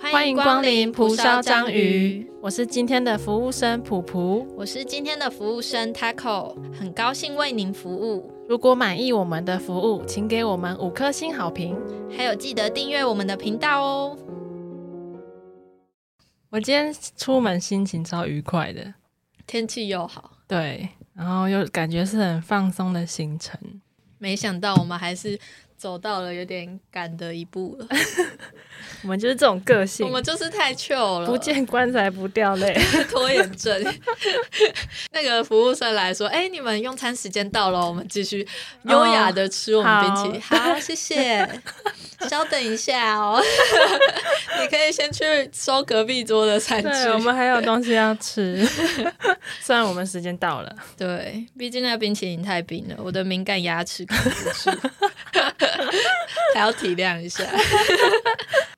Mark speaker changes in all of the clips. Speaker 1: 欢迎光临蒲烧章鱼，
Speaker 2: 我是今天的服务生普普。
Speaker 1: 我是今天的服务生 Taco，很高兴为您服务。
Speaker 2: 如果满意我们的服务，请给我们五颗星好评。
Speaker 1: 还有记得订阅我们的频道哦。
Speaker 2: 我今天出门心情超愉快的，
Speaker 1: 天气又好，
Speaker 2: 对，然后又感觉是很放松的行程。
Speaker 1: 没想到我们还是走到了有点赶的一步了。
Speaker 2: 我们就是这种个性
Speaker 1: 我们就是太 chill 了，
Speaker 2: 不见棺材不掉泪。
Speaker 1: 拖延症。 那个服务生来说：“哎、你们用餐时间到了，我们继续优雅的吃我们冰淇淋。好，谢 谢。稍等一下哦，你可以先去收隔壁桌的餐具。
Speaker 2: 对，我们还有东西要 吃，虽然我们时间到了，
Speaker 1: 对，毕竟那个冰淇淋太冰了，我的敏感牙齿扛不 住，还要体谅一下。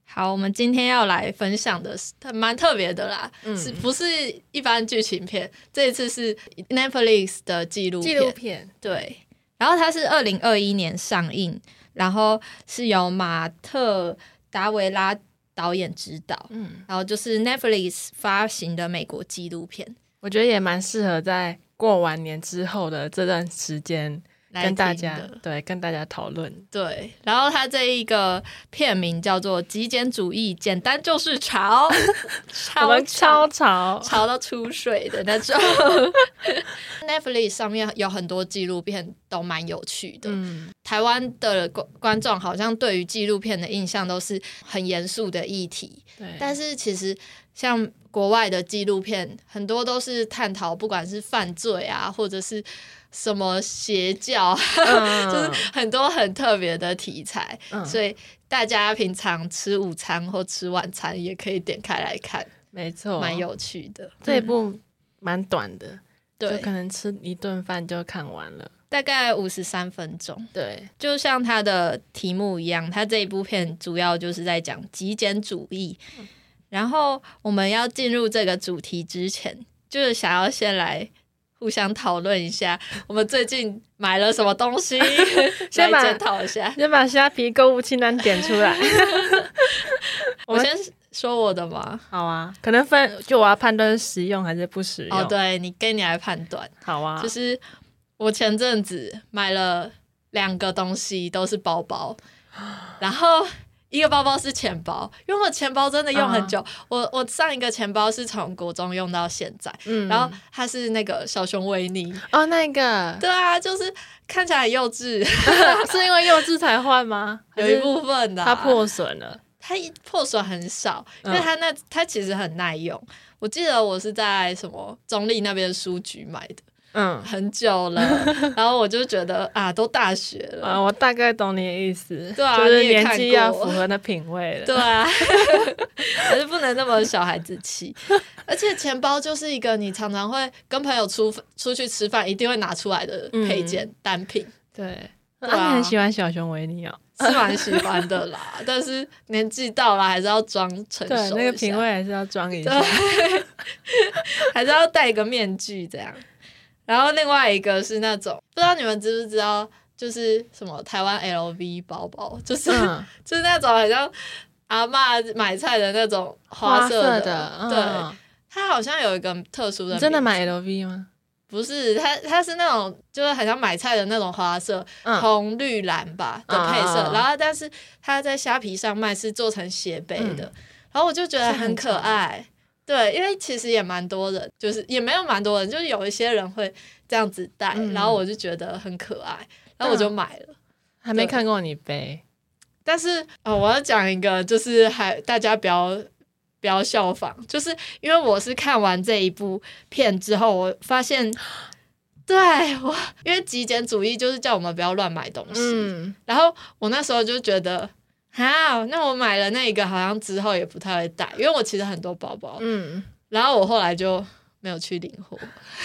Speaker 1: 好，我们今天要来分享的是蛮特别的啦，
Speaker 2: 嗯
Speaker 1: 是不是一般剧情片？这一次是 Netflix 的纪录片，
Speaker 2: 片
Speaker 1: 对，然后它是二零二一年上映，然后是由马特·达维拉导演执导，
Speaker 2: 嗯，
Speaker 1: 然后就是 Netflix 发行的美国纪录片，
Speaker 2: 我觉得也蛮适合在过完年之后的这段时间
Speaker 1: 来
Speaker 2: 跟大
Speaker 1: 听
Speaker 2: 家
Speaker 1: 的
Speaker 2: 对跟大家讨论。
Speaker 1: 对，然后它这一个片名叫做《极简主义》，简单就是潮，
Speaker 2: 我
Speaker 1: 潮
Speaker 2: 们超潮，
Speaker 1: 潮到出水的那种。Netflix 上面有很多纪录片都蛮有趣的，
Speaker 2: 嗯，
Speaker 1: 台湾的观观众好像对于纪录片的印象都是很严肃的议题，
Speaker 2: 对，
Speaker 1: 但是其实像国外的纪录片，很多都是探讨不管是犯罪啊，或者是什么邪教啊，
Speaker 2: 嗯
Speaker 1: 就是很多很特别的题材，
Speaker 2: 嗯
Speaker 1: 所以大家平常吃午餐或吃晚餐也可以点开来看，
Speaker 2: 没错，
Speaker 1: 蛮有趣的。
Speaker 2: 这一
Speaker 1: 嗯
Speaker 2: 部蛮短的，就
Speaker 1: 对
Speaker 2: 可，能吃一顿饭就看完了。
Speaker 1: 大概五十三分钟，
Speaker 2: 对，
Speaker 1: 就像它的题目一样，它这一部片主要就是在讲极简主义。
Speaker 2: 嗯
Speaker 1: 然后我们要进入这个主题之前，就是想要先来。互相讨论一下，我们最近买了什么东西， 来
Speaker 2: 先把
Speaker 1: 检讨一下。
Speaker 2: 先把虾皮购物清单点出来。
Speaker 1: 我先说我的嘛，
Speaker 2: 好啊，可能分就我要判断是实用还是不实用。
Speaker 1: 哦，，对你跟你来判断，
Speaker 2: 好啊，
Speaker 1: 就是我前阵子买了两个东西，都是包 包，然后一个包包是钱包，因为我钱包真的用
Speaker 2: 嗯
Speaker 1: 很久，我我上一个钱包是从国中用到现在，
Speaker 2: 嗯
Speaker 1: 然后它是那个小熊维 尼，
Speaker 2: 哦那个
Speaker 1: 对啊，就是看起来很幼稚，
Speaker 2: 是因为幼稚才换吗？
Speaker 1: 有一部分的、
Speaker 2: 它破损了，
Speaker 1: 它一破损很少，因为
Speaker 2: 嗯
Speaker 1: 它那它其实很耐用。我记得我是在什么中立那边书局买的，
Speaker 2: 嗯。
Speaker 1: 很久 了，然后我就觉得啊，都大学了，
Speaker 2: 啊，我大概懂你的意思，
Speaker 1: 对啊
Speaker 2: 就是
Speaker 1: 你也
Speaker 2: 年
Speaker 1: 看
Speaker 2: 纪
Speaker 1: 过
Speaker 2: 要符合那品味了。
Speaker 1: 对啊， 可是不能那么小孩子气。而且钱包就是一个你常常会跟朋友出出去吃饭一定会拿出来的配件、
Speaker 2: 嗯
Speaker 1: 单品，
Speaker 2: 对，
Speaker 1: 对
Speaker 2: 啊，
Speaker 1: 啊
Speaker 2: 你很喜欢小熊维尼哦，
Speaker 1: 是蛮喜欢的 啦。但是年纪到了，还是要装成
Speaker 2: 对，
Speaker 1: 熟
Speaker 2: 那个
Speaker 1: 一
Speaker 2: 品
Speaker 1: 下，
Speaker 2: 味还是要装一
Speaker 1: 对
Speaker 2: 下。，
Speaker 1: 还是要戴个面具这样。然后另外一个是那种不知道你们知不知道，就是什么台湾 LV 包包，就是、
Speaker 2: 嗯，
Speaker 1: 就是那种好像阿嬷买菜的那种花色
Speaker 2: 色
Speaker 1: 的，
Speaker 2: 的，嗯
Speaker 1: 对，它好像有一个特殊的名
Speaker 2: 你
Speaker 1: 字，
Speaker 2: 真的买 LV 吗？
Speaker 1: 不是它，它是那种就是很像买菜的那种花色，
Speaker 2: 嗯
Speaker 1: 红绿蓝吧的配色，
Speaker 2: 嗯嗯嗯
Speaker 1: 然后但是它在虾皮上卖是做成斜背的，
Speaker 2: 嗯
Speaker 1: 然后我就觉得很可爱。对，因为其实也蛮多人，就是也没有蛮多人，就是有一些人会这样子戴，
Speaker 2: 嗯
Speaker 1: 然后我就觉得很可爱，然后我就买了。
Speaker 2: 还没看过你背，
Speaker 1: 但是呃，我要讲一个，就是还大家不要不要效仿，就是因为我是看完这一部片之后，我发现， 对我因为极简主义就是叫我们不要乱买东西，
Speaker 2: 嗯，
Speaker 1: 然后我那时候就觉得。啊，那我买了那个，好像之后也不太会戴，因为我其实很多包包，
Speaker 2: 嗯，
Speaker 1: 然后我后来就没有去领 货。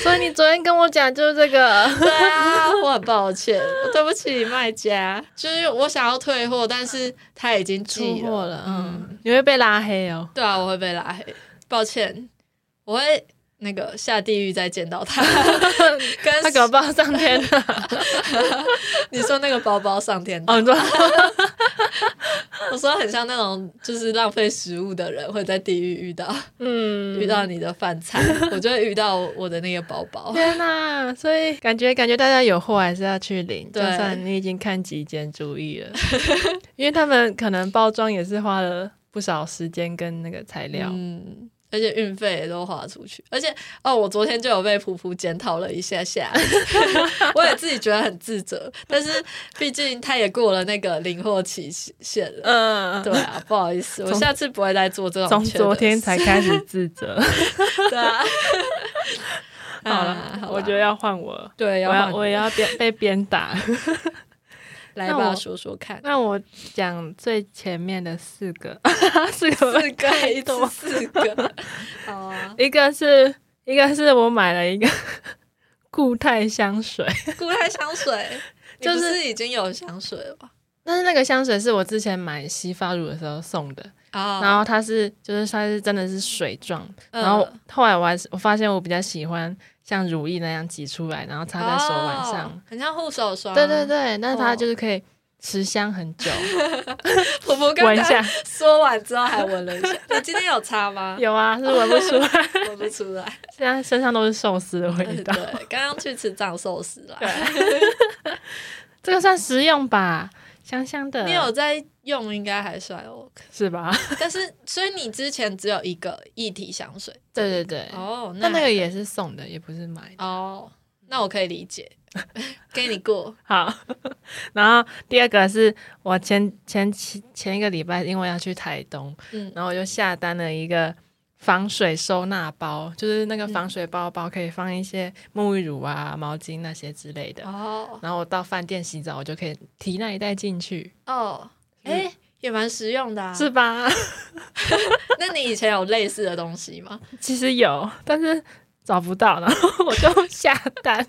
Speaker 2: 所以你昨天跟我讲就是这 个，
Speaker 1: 对啊，我很抱歉，对不起卖家，就是我想要退货，但是他已经寄
Speaker 2: 出
Speaker 1: 了，
Speaker 2: 货了，嗯，你会被拉黑 哦。
Speaker 1: 对啊，我会被拉黑，抱歉，我会那个下地狱再见到 他。跟
Speaker 2: 他 搞不好上天了，
Speaker 1: 你说那个包包上天堂，
Speaker 2: 哦，你说，
Speaker 1: 我我说很像那种就是浪费食物的人会在地狱遇到、
Speaker 2: 嗯
Speaker 1: 遇到你的饭 菜，我就会遇到我的那个宝宝。
Speaker 2: 天哪、所以感觉感觉大家有货还是要去领，就
Speaker 1: 对
Speaker 2: 算你已经看极简主义了， 因为他们可能包装也是花了不少时间跟那个材料。
Speaker 1: 嗯，而且运费也都划出去，而且哦，我昨天就有被普普检讨了一下 下，我也自己觉得很自责，但是毕竟他也过了那个领货期限了。
Speaker 2: 嗯，
Speaker 1: 对啊，不好意思，我
Speaker 2: 从
Speaker 1: 下次不会再做这种
Speaker 2: 从
Speaker 1: 缺德
Speaker 2: 昨天才
Speaker 1: 事
Speaker 2: 开始自责。
Speaker 1: 对啊。
Speaker 2: 好
Speaker 1: 啊
Speaker 2: 了，我觉得要换我，
Speaker 1: 对，
Speaker 2: 我要
Speaker 1: 换
Speaker 2: 我也要鞭被鞭打。
Speaker 1: 来
Speaker 2: 那
Speaker 1: 吧，
Speaker 2: 我
Speaker 1: 说说看。
Speaker 2: 那我讲最前面的四个， 四个吧
Speaker 1: 四 个，一次四个， 好啊！
Speaker 2: 一个是一个是我买了一个 固态香水，
Speaker 1: 固态香 水，你
Speaker 2: 就
Speaker 1: 不
Speaker 2: 是
Speaker 1: 是已经有香水了吧？
Speaker 2: 但是那个香水是我之前买洗发乳的时候送的，然
Speaker 1: 啊，
Speaker 2: 后它是就是它是真的是水状，
Speaker 1: 嗯
Speaker 2: 然后后来我还是我发现我比较喜欢像乳液那样挤出来，然后擦在手腕上。
Speaker 1: 哦很像护手霜。
Speaker 2: 对对，对，那它
Speaker 1: 哦
Speaker 2: 就是可以持香很 久，
Speaker 1: 我不
Speaker 2: 闻
Speaker 1: 刚
Speaker 2: 一下
Speaker 1: 刚。说完之后还闻了一下。 你今天有擦 吗？
Speaker 2: 有啊，是闻不出 来，
Speaker 1: 闻不出 来。
Speaker 2: 现在身上都是寿司的味
Speaker 1: 对，
Speaker 2: 道。
Speaker 1: 刚刚去吃藏寿司啦。
Speaker 2: 这个算实用吧，香香的，
Speaker 1: 你有在用，应该还算 OK。
Speaker 2: 是吧？
Speaker 1: 但是，所以你之前只有一个一体香水
Speaker 2: 对对对，
Speaker 1: 哦，
Speaker 2: 那那个也是送的，也不是买的。
Speaker 1: 哦，那我可以理 解，给你过。
Speaker 2: 好， 然后第二个是我前前前前一个礼拜，因为要去台东，
Speaker 1: 嗯，
Speaker 2: 然后我就下单了一个防水收纳包，就是那个防水包包可以放一些沐浴乳啊、毛巾那些之类的。
Speaker 1: 哦
Speaker 2: 然后我到饭店洗澡，我就可以提那一袋进去，
Speaker 1: 哦，哎、也蛮实用的、啊。
Speaker 2: 嗯是，吧？
Speaker 1: 那你以前有类似的东西吗？
Speaker 2: 其实有，但是找不到，然后我就下 单。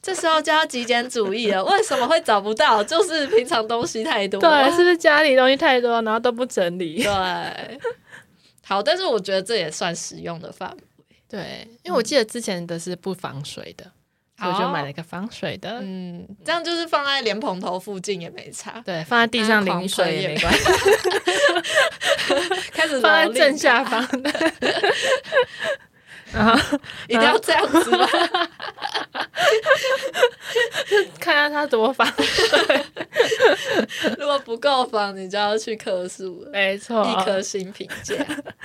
Speaker 1: 这时候就要极简主义了。为什么会找不到？就是平常东西太多。
Speaker 2: 对，是不是家里东西太多，然后都不整理？
Speaker 1: 对。好，但是我觉得这也算实用的范围。
Speaker 2: 对，因为我记得之前的是不防水的， 所以我就买了一个防水的。
Speaker 1: 嗯，这样就是放在莲蓬头附近也没差，
Speaker 2: 对，放在地上淋水也没关系，
Speaker 1: 开始
Speaker 2: 放在
Speaker 1: 劳力
Speaker 2: 正下方。然后
Speaker 1: 一定要这样子吗？
Speaker 2: 看看它多防，
Speaker 1: 如果不够房，你就要去客诉了，
Speaker 2: 没错。
Speaker 1: 一颗星评价。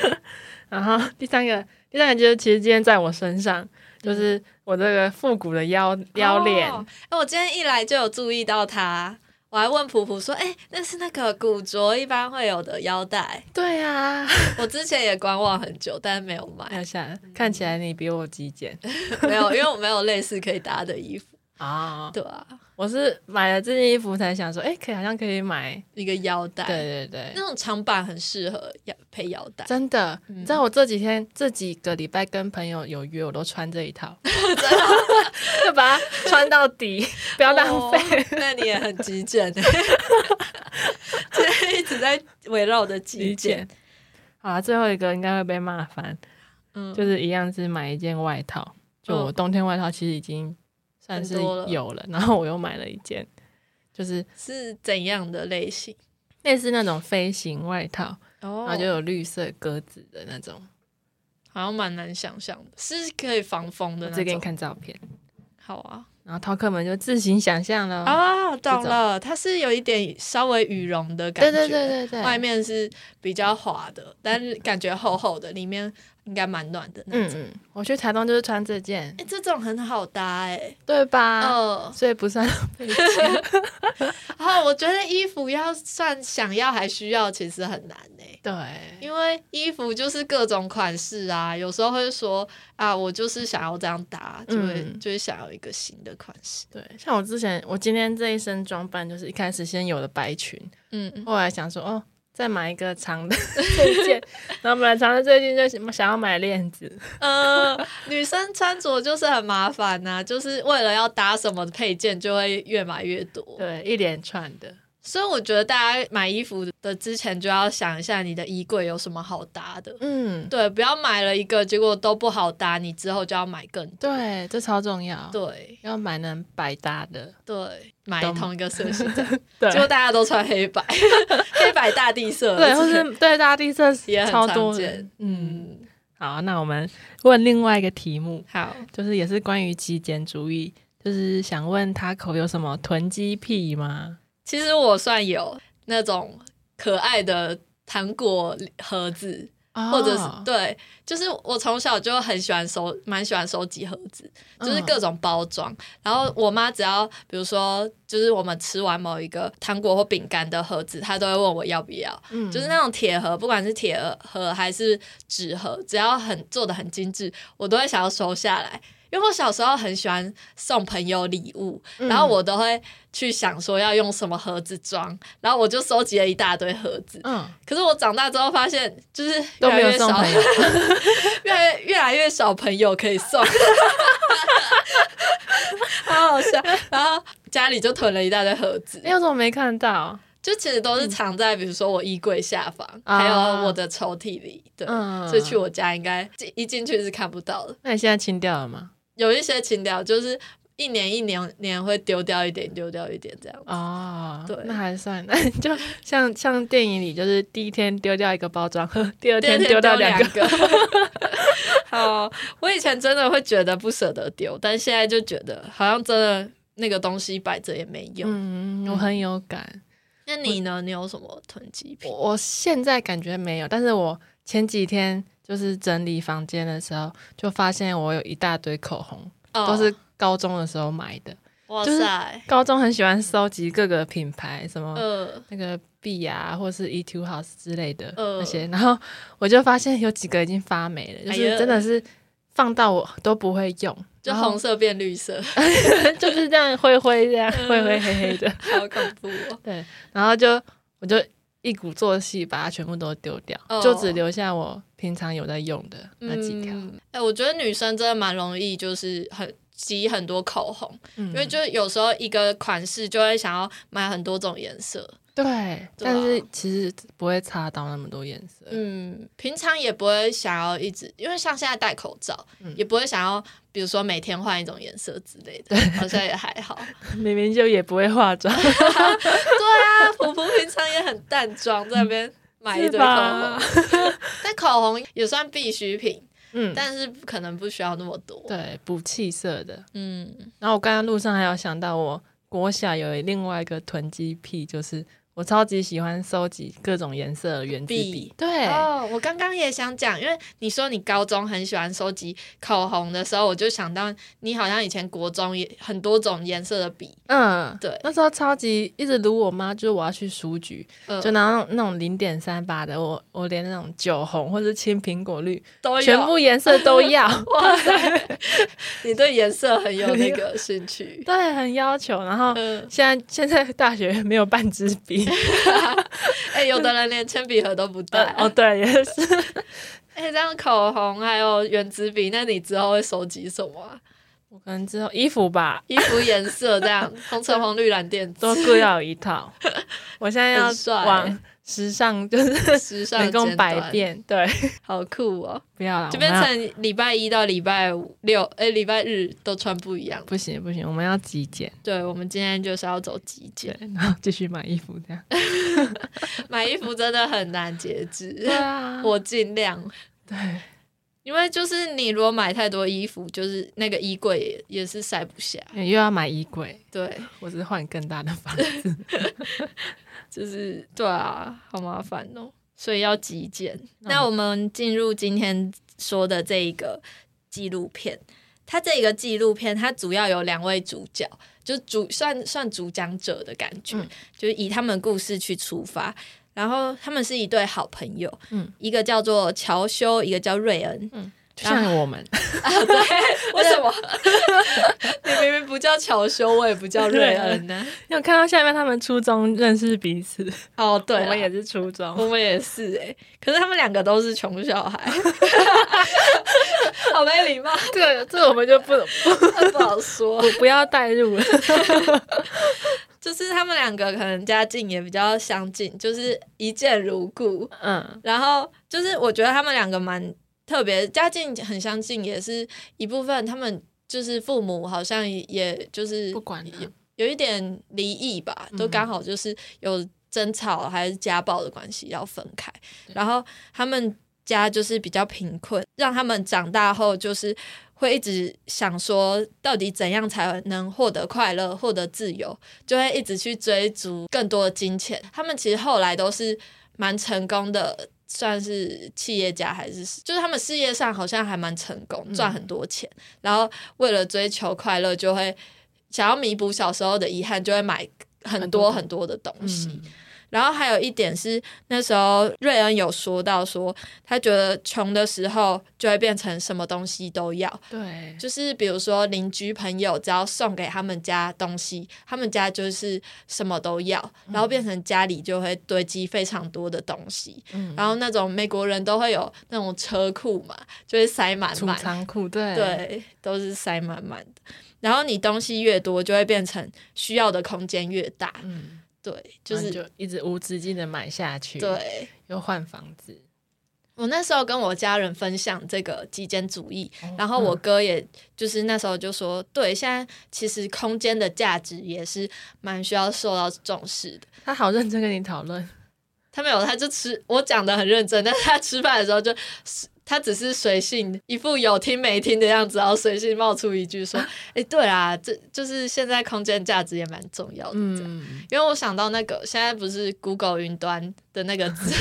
Speaker 2: 然后第三个，第三个就是其实今天在我身上，就是我这个复古的腰腰链，
Speaker 1: 哦哎、我今天一来就有注意到它，我还问普普说：“哎、那是那个古着一般会有的腰带。
Speaker 2: 对呀、啊，”
Speaker 1: 我之前也观望很久，但没有买，
Speaker 2: 要下看起来你比我极简
Speaker 1: 没有，因为我没有类似可以搭的衣服。
Speaker 2: 啊、
Speaker 1: 对啊，
Speaker 2: 我是买了这件衣服才想说，哎，可以好像可以买，
Speaker 1: 一个腰带，
Speaker 2: 对对对
Speaker 1: 那，种长版很适合腰配腰带，
Speaker 2: 真的，
Speaker 1: 嗯
Speaker 2: 你知道我这几天这几个礼拜跟朋友有约，我都穿这一 套， 就把它穿到底，不要浪费。
Speaker 1: 哦那你也很极简， 今天一直在围绕着极
Speaker 2: 理
Speaker 1: 简
Speaker 2: 解。。好啊，最后一个应该会被骂翻，
Speaker 1: 嗯，
Speaker 2: 就是一样是买一件外套，就我冬天外套其实已经算是
Speaker 1: 很多了
Speaker 2: 有了，然后我又买了一件，就是
Speaker 1: 是怎样的类型？
Speaker 2: 类似那种飞行外套，
Speaker 1: 哦
Speaker 2: 然后就有绿色鸽子的那种。
Speaker 1: 好像蛮难想象的，是可以防风的
Speaker 2: 我
Speaker 1: 那
Speaker 2: 再
Speaker 1: 种。
Speaker 2: 给你看照片，
Speaker 1: 好啊，
Speaker 2: 然后饕客们就自行想象了。
Speaker 1: 啊，懂
Speaker 2: 嗯这种
Speaker 1: 了，它是有一点稍微羽绒的感
Speaker 2: 对
Speaker 1: 觉，
Speaker 2: 对对对对，
Speaker 1: 外面是比较滑的，但是感觉厚厚的，里面应该蛮暖的那
Speaker 2: 嗯
Speaker 1: 种。
Speaker 2: 嗯，我去台东就是穿这件
Speaker 1: 哎、，这种很好搭哎、
Speaker 2: 对吧？
Speaker 1: 哦，
Speaker 2: 所以 不算浪费钱。
Speaker 1: 然后我觉得衣服要算想要还需要，其实很难哎、
Speaker 2: 对，
Speaker 1: 因为衣服就是各种款式啊，有时候会说啊，我就是想要这样搭，就会、
Speaker 2: 嗯
Speaker 1: 就会想要一个新的款式。
Speaker 2: 对，像我之前，我今天这一身装扮就是一开始先有的白裙，
Speaker 1: 嗯，
Speaker 2: 后来想说哦，再买一个 长的这一件，然后买了长的这一件就想要买链子，
Speaker 1: 呃，女生穿着就是很麻烦呐、就是为了要搭什么配件，就会越买越多。
Speaker 2: 对，一连串的。
Speaker 1: 所以我觉得大家买衣服的之前就要想一下你的衣柜有什么好搭的，
Speaker 2: 嗯，
Speaker 1: 对，不要买了一个结果都不好搭，你之后就要买更多。
Speaker 2: 对，这超重要，
Speaker 1: 对
Speaker 2: 要买能百搭的，
Speaker 1: 对，买
Speaker 2: 懂
Speaker 1: 同一个色 系的，
Speaker 2: 对
Speaker 1: 结果大家都穿黑 白，黑白大地色，
Speaker 2: 对，或是对大地色
Speaker 1: 也很
Speaker 2: 超
Speaker 1: 常
Speaker 2: 多
Speaker 1: 见
Speaker 2: 人，。嗯，
Speaker 1: 嗯，
Speaker 2: 好，那我们问另外一个题目，
Speaker 1: 好，
Speaker 2: 就是也是关于极简主义，就是想问他口有什么囤积癖吗？
Speaker 1: 其实我算有那种可爱的糖果盒子，或者是
Speaker 2: 哦
Speaker 1: 对，就是我从小就很喜欢收，蛮喜欢收集盒子，就是
Speaker 2: 嗯
Speaker 1: 各种包装。然后我妈只要比如说，就是我们吃完某一个糖果或饼干的盒子，她都会问我要不要。
Speaker 2: 嗯
Speaker 1: 就是那种铁盒，不管是铁盒还是纸盒，只要很做的很精致，我都会想要收下来。因为我小时候很喜欢送朋友礼物，
Speaker 2: 嗯
Speaker 1: 然后我都会去想说要用什么盒子装，然后我就收集了一大堆盒子。
Speaker 2: 嗯
Speaker 1: 可是我长大之后发现，就是越
Speaker 2: 都
Speaker 1: 来
Speaker 2: 没有
Speaker 1: 越
Speaker 2: 送
Speaker 1: 少，
Speaker 2: 朋友
Speaker 1: 越来越越来越少朋友可以 送，好好笑。然后家里就囤了一大堆盒子，
Speaker 2: 你有什么没看 到？
Speaker 1: 就其实都是藏在比如说我衣柜下方，
Speaker 2: 啊
Speaker 1: 还有我的抽屉里。对，
Speaker 2: 嗯
Speaker 1: 所以去我家应该进一进去是看不到的。
Speaker 2: 那你现在清掉了吗？
Speaker 1: 有一些情调就是一年一年年会丢掉一点，丢掉一点这样。
Speaker 2: 哦，
Speaker 1: 对
Speaker 2: 那还算， 那你就像像电影里，就是第一天丢掉一个包装 盒，第二
Speaker 1: 第二
Speaker 2: 丢
Speaker 1: 丢
Speaker 2: 掉
Speaker 1: 两
Speaker 2: 个，
Speaker 1: 个。 好，我以前真的会觉得不舍得丢，但现在就觉得好像真的那个东西摆着也没用。
Speaker 2: 嗯，我很有感。
Speaker 1: 那你呢？你有什么囤积品？
Speaker 2: 我我现在感觉没有，但是我前几天就是整理房间的时候，就发现我有一大堆口红，
Speaker 1: 哦
Speaker 2: 都是高中的时候买的。
Speaker 1: 哇
Speaker 2: 就是
Speaker 1: 塞，
Speaker 2: 高中很喜欢收集各个品牌，什么
Speaker 1: 呃，
Speaker 2: 那个 B 啊，或是 E Two House 之类的、
Speaker 1: 嗯
Speaker 2: 那些，然后我就发现有几个已经发霉了，就
Speaker 1: 哎
Speaker 2: 是
Speaker 1: 呀
Speaker 2: 真的是放到我都不会用，
Speaker 1: 就
Speaker 2: 然后
Speaker 1: 红色 变绿色，
Speaker 2: 就是这样灰灰这样
Speaker 1: 嗯
Speaker 2: 灰灰黑黑的，
Speaker 1: 好恐怖哦！
Speaker 2: 对，然后就我就一鼓作气把它全部都丢掉，
Speaker 1: 哦
Speaker 2: 就只留下我平常有在用的 那几条，
Speaker 1: 嗯哎、我觉得女生真的蛮容易，就是很集很多口红，
Speaker 2: 嗯
Speaker 1: 因为就有时候一个款式就会想要买很多种颜色。
Speaker 2: 对，
Speaker 1: 对啊
Speaker 2: 但是其实不会擦到那么多颜色，
Speaker 1: 嗯，平常也不会想要一直，因为像现在戴口罩，
Speaker 2: 嗯
Speaker 1: 也不会想要，比如说每天换一种颜色之类的，好像也还好。
Speaker 2: 明明就也不会化妆，
Speaker 1: 对啊，普普平常也很淡妆，在那边买一
Speaker 2: 是
Speaker 1: 堆口
Speaker 2: 吧
Speaker 1: 红， 但口红也算必需品，
Speaker 2: 嗯，
Speaker 1: 但是可能不需要那么多。
Speaker 2: 对，补气色的。
Speaker 1: 嗯，
Speaker 2: 然后我刚刚路上还有想到，我国小有另外一个囤积癖，就是我超级喜欢收集各种颜色的圆珠
Speaker 1: 笔
Speaker 2: 笔。对，
Speaker 1: 哦，我刚刚也想讲，因为你说你高中很喜欢收集口红的时候，我就想到你好像以前国中也很多种颜色的笔，
Speaker 2: 嗯，
Speaker 1: 对
Speaker 2: 那时候超级一直撸我妈，就是我要去书局，
Speaker 1: 嗯，
Speaker 2: 就拿那种那种零点三八的，我我连那种酒红或是青苹果绿，
Speaker 1: 都有
Speaker 2: 全部颜色 都要。
Speaker 1: 哇塞，你对颜色很 有那个兴趣。
Speaker 2: 对，很要求。然后
Speaker 1: 嗯，
Speaker 2: 现在现在大学没有半支 笔，
Speaker 1: 哎、有的人连铅笔盒都不带。
Speaker 2: 呃哦，对，也是。
Speaker 1: 哎、这样口红还有圆珠笔，那你之后会收集什么 啊、
Speaker 2: 我可能之后衣服吧，
Speaker 1: 衣服颜色这 样，红橙黄绿蓝靛
Speaker 2: 都
Speaker 1: 紫，
Speaker 2: 各要有一 套。我现在要
Speaker 1: 很帅
Speaker 2: 往时尚，就是
Speaker 1: 时尚
Speaker 2: 能够
Speaker 1: 尖
Speaker 2: 百
Speaker 1: 端，
Speaker 2: 变，对，
Speaker 1: 好酷哦！
Speaker 2: 不要了，
Speaker 1: 就
Speaker 2: 我们
Speaker 1: 变
Speaker 2: 要
Speaker 1: 成礼拜一到礼拜五六，哎、礼拜日都穿不一样。
Speaker 2: 不行不行，我们要极简，
Speaker 1: 对，我们今天就是要走极
Speaker 2: 对
Speaker 1: 简，，
Speaker 2: 然后继续买衣服这样。
Speaker 1: 买衣服真的很难节制，
Speaker 2: 啊
Speaker 1: 我尽量。
Speaker 2: 对，
Speaker 1: 因为就是你如果买太多衣服，就是那个衣柜也也是塞不下。
Speaker 2: 又要买衣柜，
Speaker 1: 对，
Speaker 2: 我只是换更大的 房。
Speaker 1: 就是对啊，好麻烦哦。所以要极简。那我们进入今天说的这一个纪录片，它这一个纪录片它主要有两位主角，就主算算主讲者的感觉，
Speaker 2: 嗯
Speaker 1: 就是以他们故事去出发。然后他们是一对好朋友，
Speaker 2: 嗯
Speaker 1: 一个叫做乔修，一个叫瑞恩。
Speaker 2: 就像我们，
Speaker 1: 为什么？ 你明明不叫乔修，我也不叫瑞恩呢、
Speaker 2: 你有看到下面他们初中认识彼此，
Speaker 1: 哦，对啦，
Speaker 2: 我们也是初中，
Speaker 1: 我们也是哎、可是他们两个都是穷小孩， 好没礼貌，
Speaker 2: 这 个这个我们就不
Speaker 1: 不好说。
Speaker 2: 不不要带入了。
Speaker 1: 就是他们两个可能家境也比较相近，就是一见如故。
Speaker 2: 嗯，
Speaker 1: 然后就是我觉得他们两个蛮特别，家境很相近，也是一部分。他们就是父母好像也也就是
Speaker 2: 不管啊了
Speaker 1: 有有一点离异吧，都刚好就是有争吵还是家暴的关系要分开。然后他们家就是比较贫困，让他们长大后就是。会一直想说，到底怎样才能获得快乐、获得自由？就会一直去追逐更多的金钱。他们其实后来都是蛮成功的，算是企业家还是就是他们事业上好像还蛮成功，赚很多钱。然后为了追求快乐，就会想要弥补小时候的遗憾，就会买很多很多的东西。
Speaker 2: 嗯
Speaker 1: 然后还有一点是，那时候瑞恩有说到说，他觉得穷的时候就会变成什么东西都要，
Speaker 2: 对，
Speaker 1: 就是比如说邻居朋友，只要送给他们家东西，他们家就是什么都要，
Speaker 2: 嗯
Speaker 1: 然后变成家里就会堆积非常多的东西。
Speaker 2: 嗯
Speaker 1: 然后那种美国人都会有那种车库嘛，就会塞满
Speaker 2: 储
Speaker 1: 满，
Speaker 2: 藏库，对，
Speaker 1: 对，都是塞满满的。然后你东西越多，就会变成需要的空间越大。
Speaker 2: 嗯，
Speaker 1: 对，就
Speaker 2: 就是
Speaker 1: 是
Speaker 2: 就一直无止境的买下去，，
Speaker 1: 对。
Speaker 2: 又换房子，
Speaker 1: 我那时候跟我家人分享这个极简主义，
Speaker 2: 哦
Speaker 1: 然后我哥也就是那时候就说，对，现在其实空间的价值也是蛮需要受到重视的。
Speaker 2: 他好认真跟你讨论，
Speaker 1: 他没有，他就吃我讲的很认真，但他吃饭的时候就。他只是随性一副有听没听的样子，然后随性冒出一句说：“ 哎、对啊，这就是现在空间价值也蛮重要的。”这样。
Speaker 2: 嗯，
Speaker 1: 因为我想到那个现在不是 Google 云端的那个 字，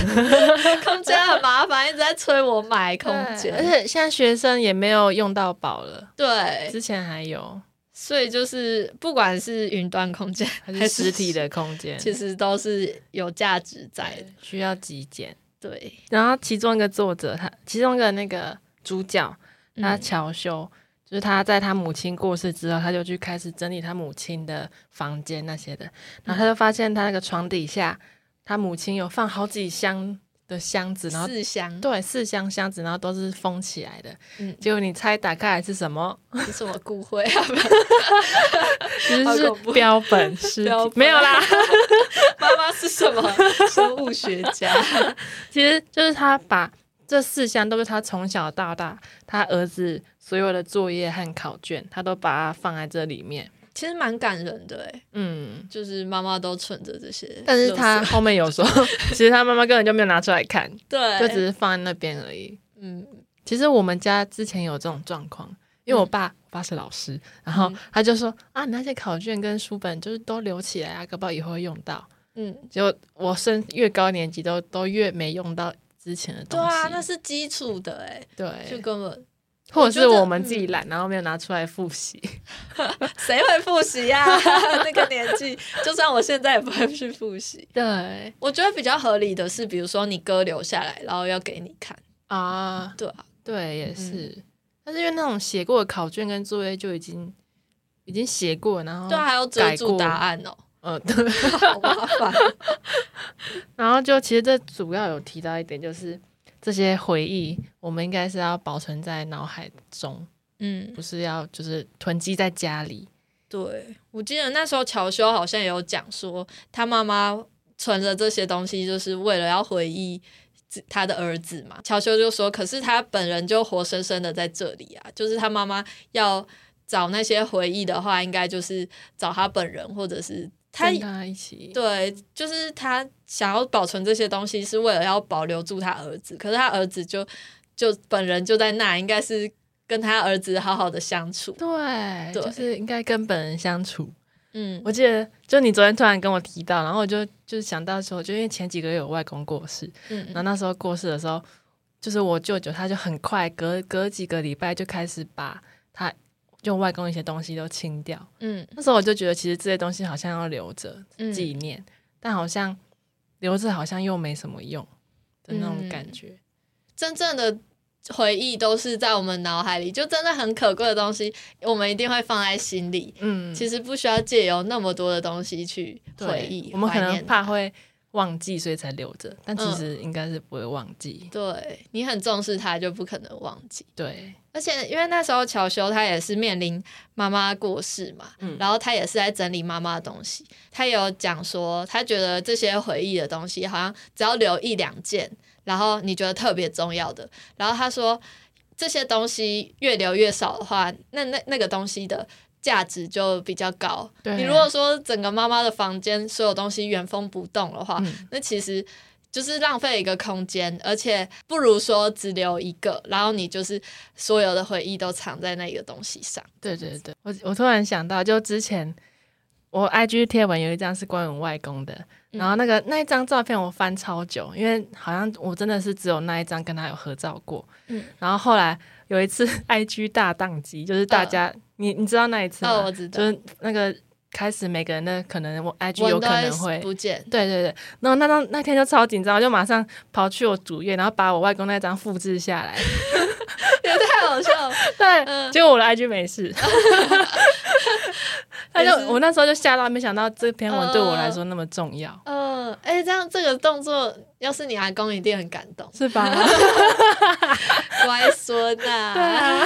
Speaker 1: 空间很麻烦，一直在催我买空
Speaker 2: 对而
Speaker 1: 间。
Speaker 2: 且现在学生也没有用到饱了，
Speaker 1: 对，
Speaker 2: 之前还有
Speaker 1: 所以就是不管是云端空间
Speaker 2: 还是实体，的空间，
Speaker 1: 其实都是有价值在的。
Speaker 2: 需要极简。
Speaker 1: 对，
Speaker 2: 然后其中一个作者，他其中一个那个主角，他
Speaker 1: 嗯
Speaker 2: 乔修，就是他在他母亲过世之后，他就去开始整理他母亲的房间那些的，然后他就发现他那个床底下，他母亲有放好几箱的箱子，然后
Speaker 1: 四箱
Speaker 2: 对四箱箱子，然后都是封起来的。
Speaker 1: 嗯
Speaker 2: 结果你猜打开来是什么？
Speaker 1: 是什么骨灰啊？
Speaker 2: 就
Speaker 1: 好
Speaker 2: 是
Speaker 1: 恐怖
Speaker 2: 标 本尸体
Speaker 1: 标本，
Speaker 2: 没有啦。
Speaker 1: 妈妈是什 么生物学家？
Speaker 2: 其实就是他把这四项都是他从小到大他儿子所有的作业和考卷，他都把它放在这里面。
Speaker 1: 其实蛮感人的哎，
Speaker 2: 嗯，
Speaker 1: 就是妈妈都存着这些，
Speaker 2: 但是他后 面有说，其实他妈妈根本就没有拿出来看，
Speaker 1: 对，
Speaker 2: 就只是放在那边而已。
Speaker 1: 嗯
Speaker 2: 其实我们家之前有这种状况，因为我爸，我爸是老师，然后
Speaker 1: 嗯
Speaker 2: 他就说啊，你那些考卷跟书本就是都留起来啊，搞不好以后会用到。
Speaker 1: 嗯，
Speaker 2: 结果我升越高年级都都越没用到之前的
Speaker 1: 对
Speaker 2: 东西。
Speaker 1: 啊，那是基础的哎，
Speaker 2: 对，
Speaker 1: 就根本
Speaker 2: 或者
Speaker 1: 我觉
Speaker 2: 是
Speaker 1: 得
Speaker 2: 我嗯们自己懒，然后没有拿出来复习。
Speaker 1: 谁会复习呀、那个年纪，就算我现在也不会去复习。
Speaker 2: 对
Speaker 1: 我觉得比较合理的是，比如说你哥留下来，然后要给你看，
Speaker 2: 啊，
Speaker 1: 对啊，
Speaker 2: 对，也是。但是因为那种写过的考卷跟作业就已经已经写过，然后
Speaker 1: 对啊，还要遮住答案 哦、
Speaker 2: 呃对，
Speaker 1: 好麻烦。
Speaker 2: 然后就其实这主要有提到一点，就是这些回忆我们应该是要保存在脑海中，
Speaker 1: 嗯，
Speaker 2: 不是要就是囤积在家里。
Speaker 1: 对，我记得那时候乔修好像也有讲说，他妈妈存着这些东西，就是为了要回忆自。他的儿子嘛，乔修就说：“可是他本人就活生生的在这里啊，就是他妈妈要找那些回忆的话，应该就是找他本人，或者是他
Speaker 2: 跟他一起，
Speaker 1: 对，就是他想要保存这些东西，是为了要保留住他儿子。可是他儿子就就本人就在那，应该是跟他儿子好好的相处。
Speaker 2: 对，
Speaker 1: 对
Speaker 2: 就是应该跟本人相处。
Speaker 1: 嗯
Speaker 2: 我记得，就你昨天突然跟我提到，然后我就就是想到说，就因为前几个月我外公过世，然后
Speaker 1: 嗯，
Speaker 2: 那时候过世的时候，就是我舅舅他就很快隔隔几个礼拜就开始把他就外公一些东西都清掉。
Speaker 1: 嗯
Speaker 2: 那时候我就觉得，其实这些东西好像要留着
Speaker 1: 嗯
Speaker 2: 纪念，但好像留着好像又没什么用的那种感觉。
Speaker 1: 真正的回忆都是在我们脑海里，就真的很可贵的东西，我们一定会放在心里。
Speaker 2: 嗯，
Speaker 1: 其实不需要借由那么多的东西去
Speaker 2: 对
Speaker 1: 回忆，
Speaker 2: 我们可
Speaker 1: 怀
Speaker 2: 能
Speaker 1: 念嗯
Speaker 2: 怕会忘记，所以才留着。但其实应该是不会忘记。
Speaker 1: 对你很重视他，就不可能忘记。
Speaker 2: 对，
Speaker 1: 而且因为那时候乔修他也是面临妈妈过世嘛，
Speaker 2: 嗯
Speaker 1: 然后他也是在整理妈妈的东西。他也有讲说，他觉得这些回忆的东西好像只要留一两件，然后你觉得特别重要的，然后他说这些东西越留越少的话，那那那个东西的。价值就比较高。
Speaker 2: 对
Speaker 1: 你如果说整个妈妈的房间所有东西原封不动的话，
Speaker 2: 嗯
Speaker 1: 那其实就是浪费一个空间，而且不如说只留一个，然后你就是所有的回忆都藏在那个东西上。
Speaker 2: 对对对，我我突然想到，就之前我 IG 贴文有一张是关于我外公的，
Speaker 1: 嗯
Speaker 2: 然后那个那一张照片我翻超久，因为好像我真的是只有那一张跟他有合照过。
Speaker 1: 嗯
Speaker 2: 然后后来有一次 IG 大宕机，就是大家、你你知道那一次吗？
Speaker 1: 嗯哦，我知道
Speaker 2: 就，是那个开始每个人的可能我 IG 有
Speaker 1: 文
Speaker 2: 可
Speaker 1: 都
Speaker 2: 能会。
Speaker 1: 不 见。
Speaker 2: 对对对，然后那张那天就超紧张，我就马上跑去我主页，然后把我外公那张复制下来。
Speaker 1: 也太好笑了。
Speaker 2: 对，
Speaker 1: 嗯
Speaker 2: 结果我的 IG 没事。他就
Speaker 1: 也是
Speaker 2: 我那时候就吓到，没想到这篇文对我来说那么重要，
Speaker 1: 嗯，哎、这样这个动作，要是你阿公一定很感动，
Speaker 2: 是吧？
Speaker 1: 乖孙呐、
Speaker 2: 对啊，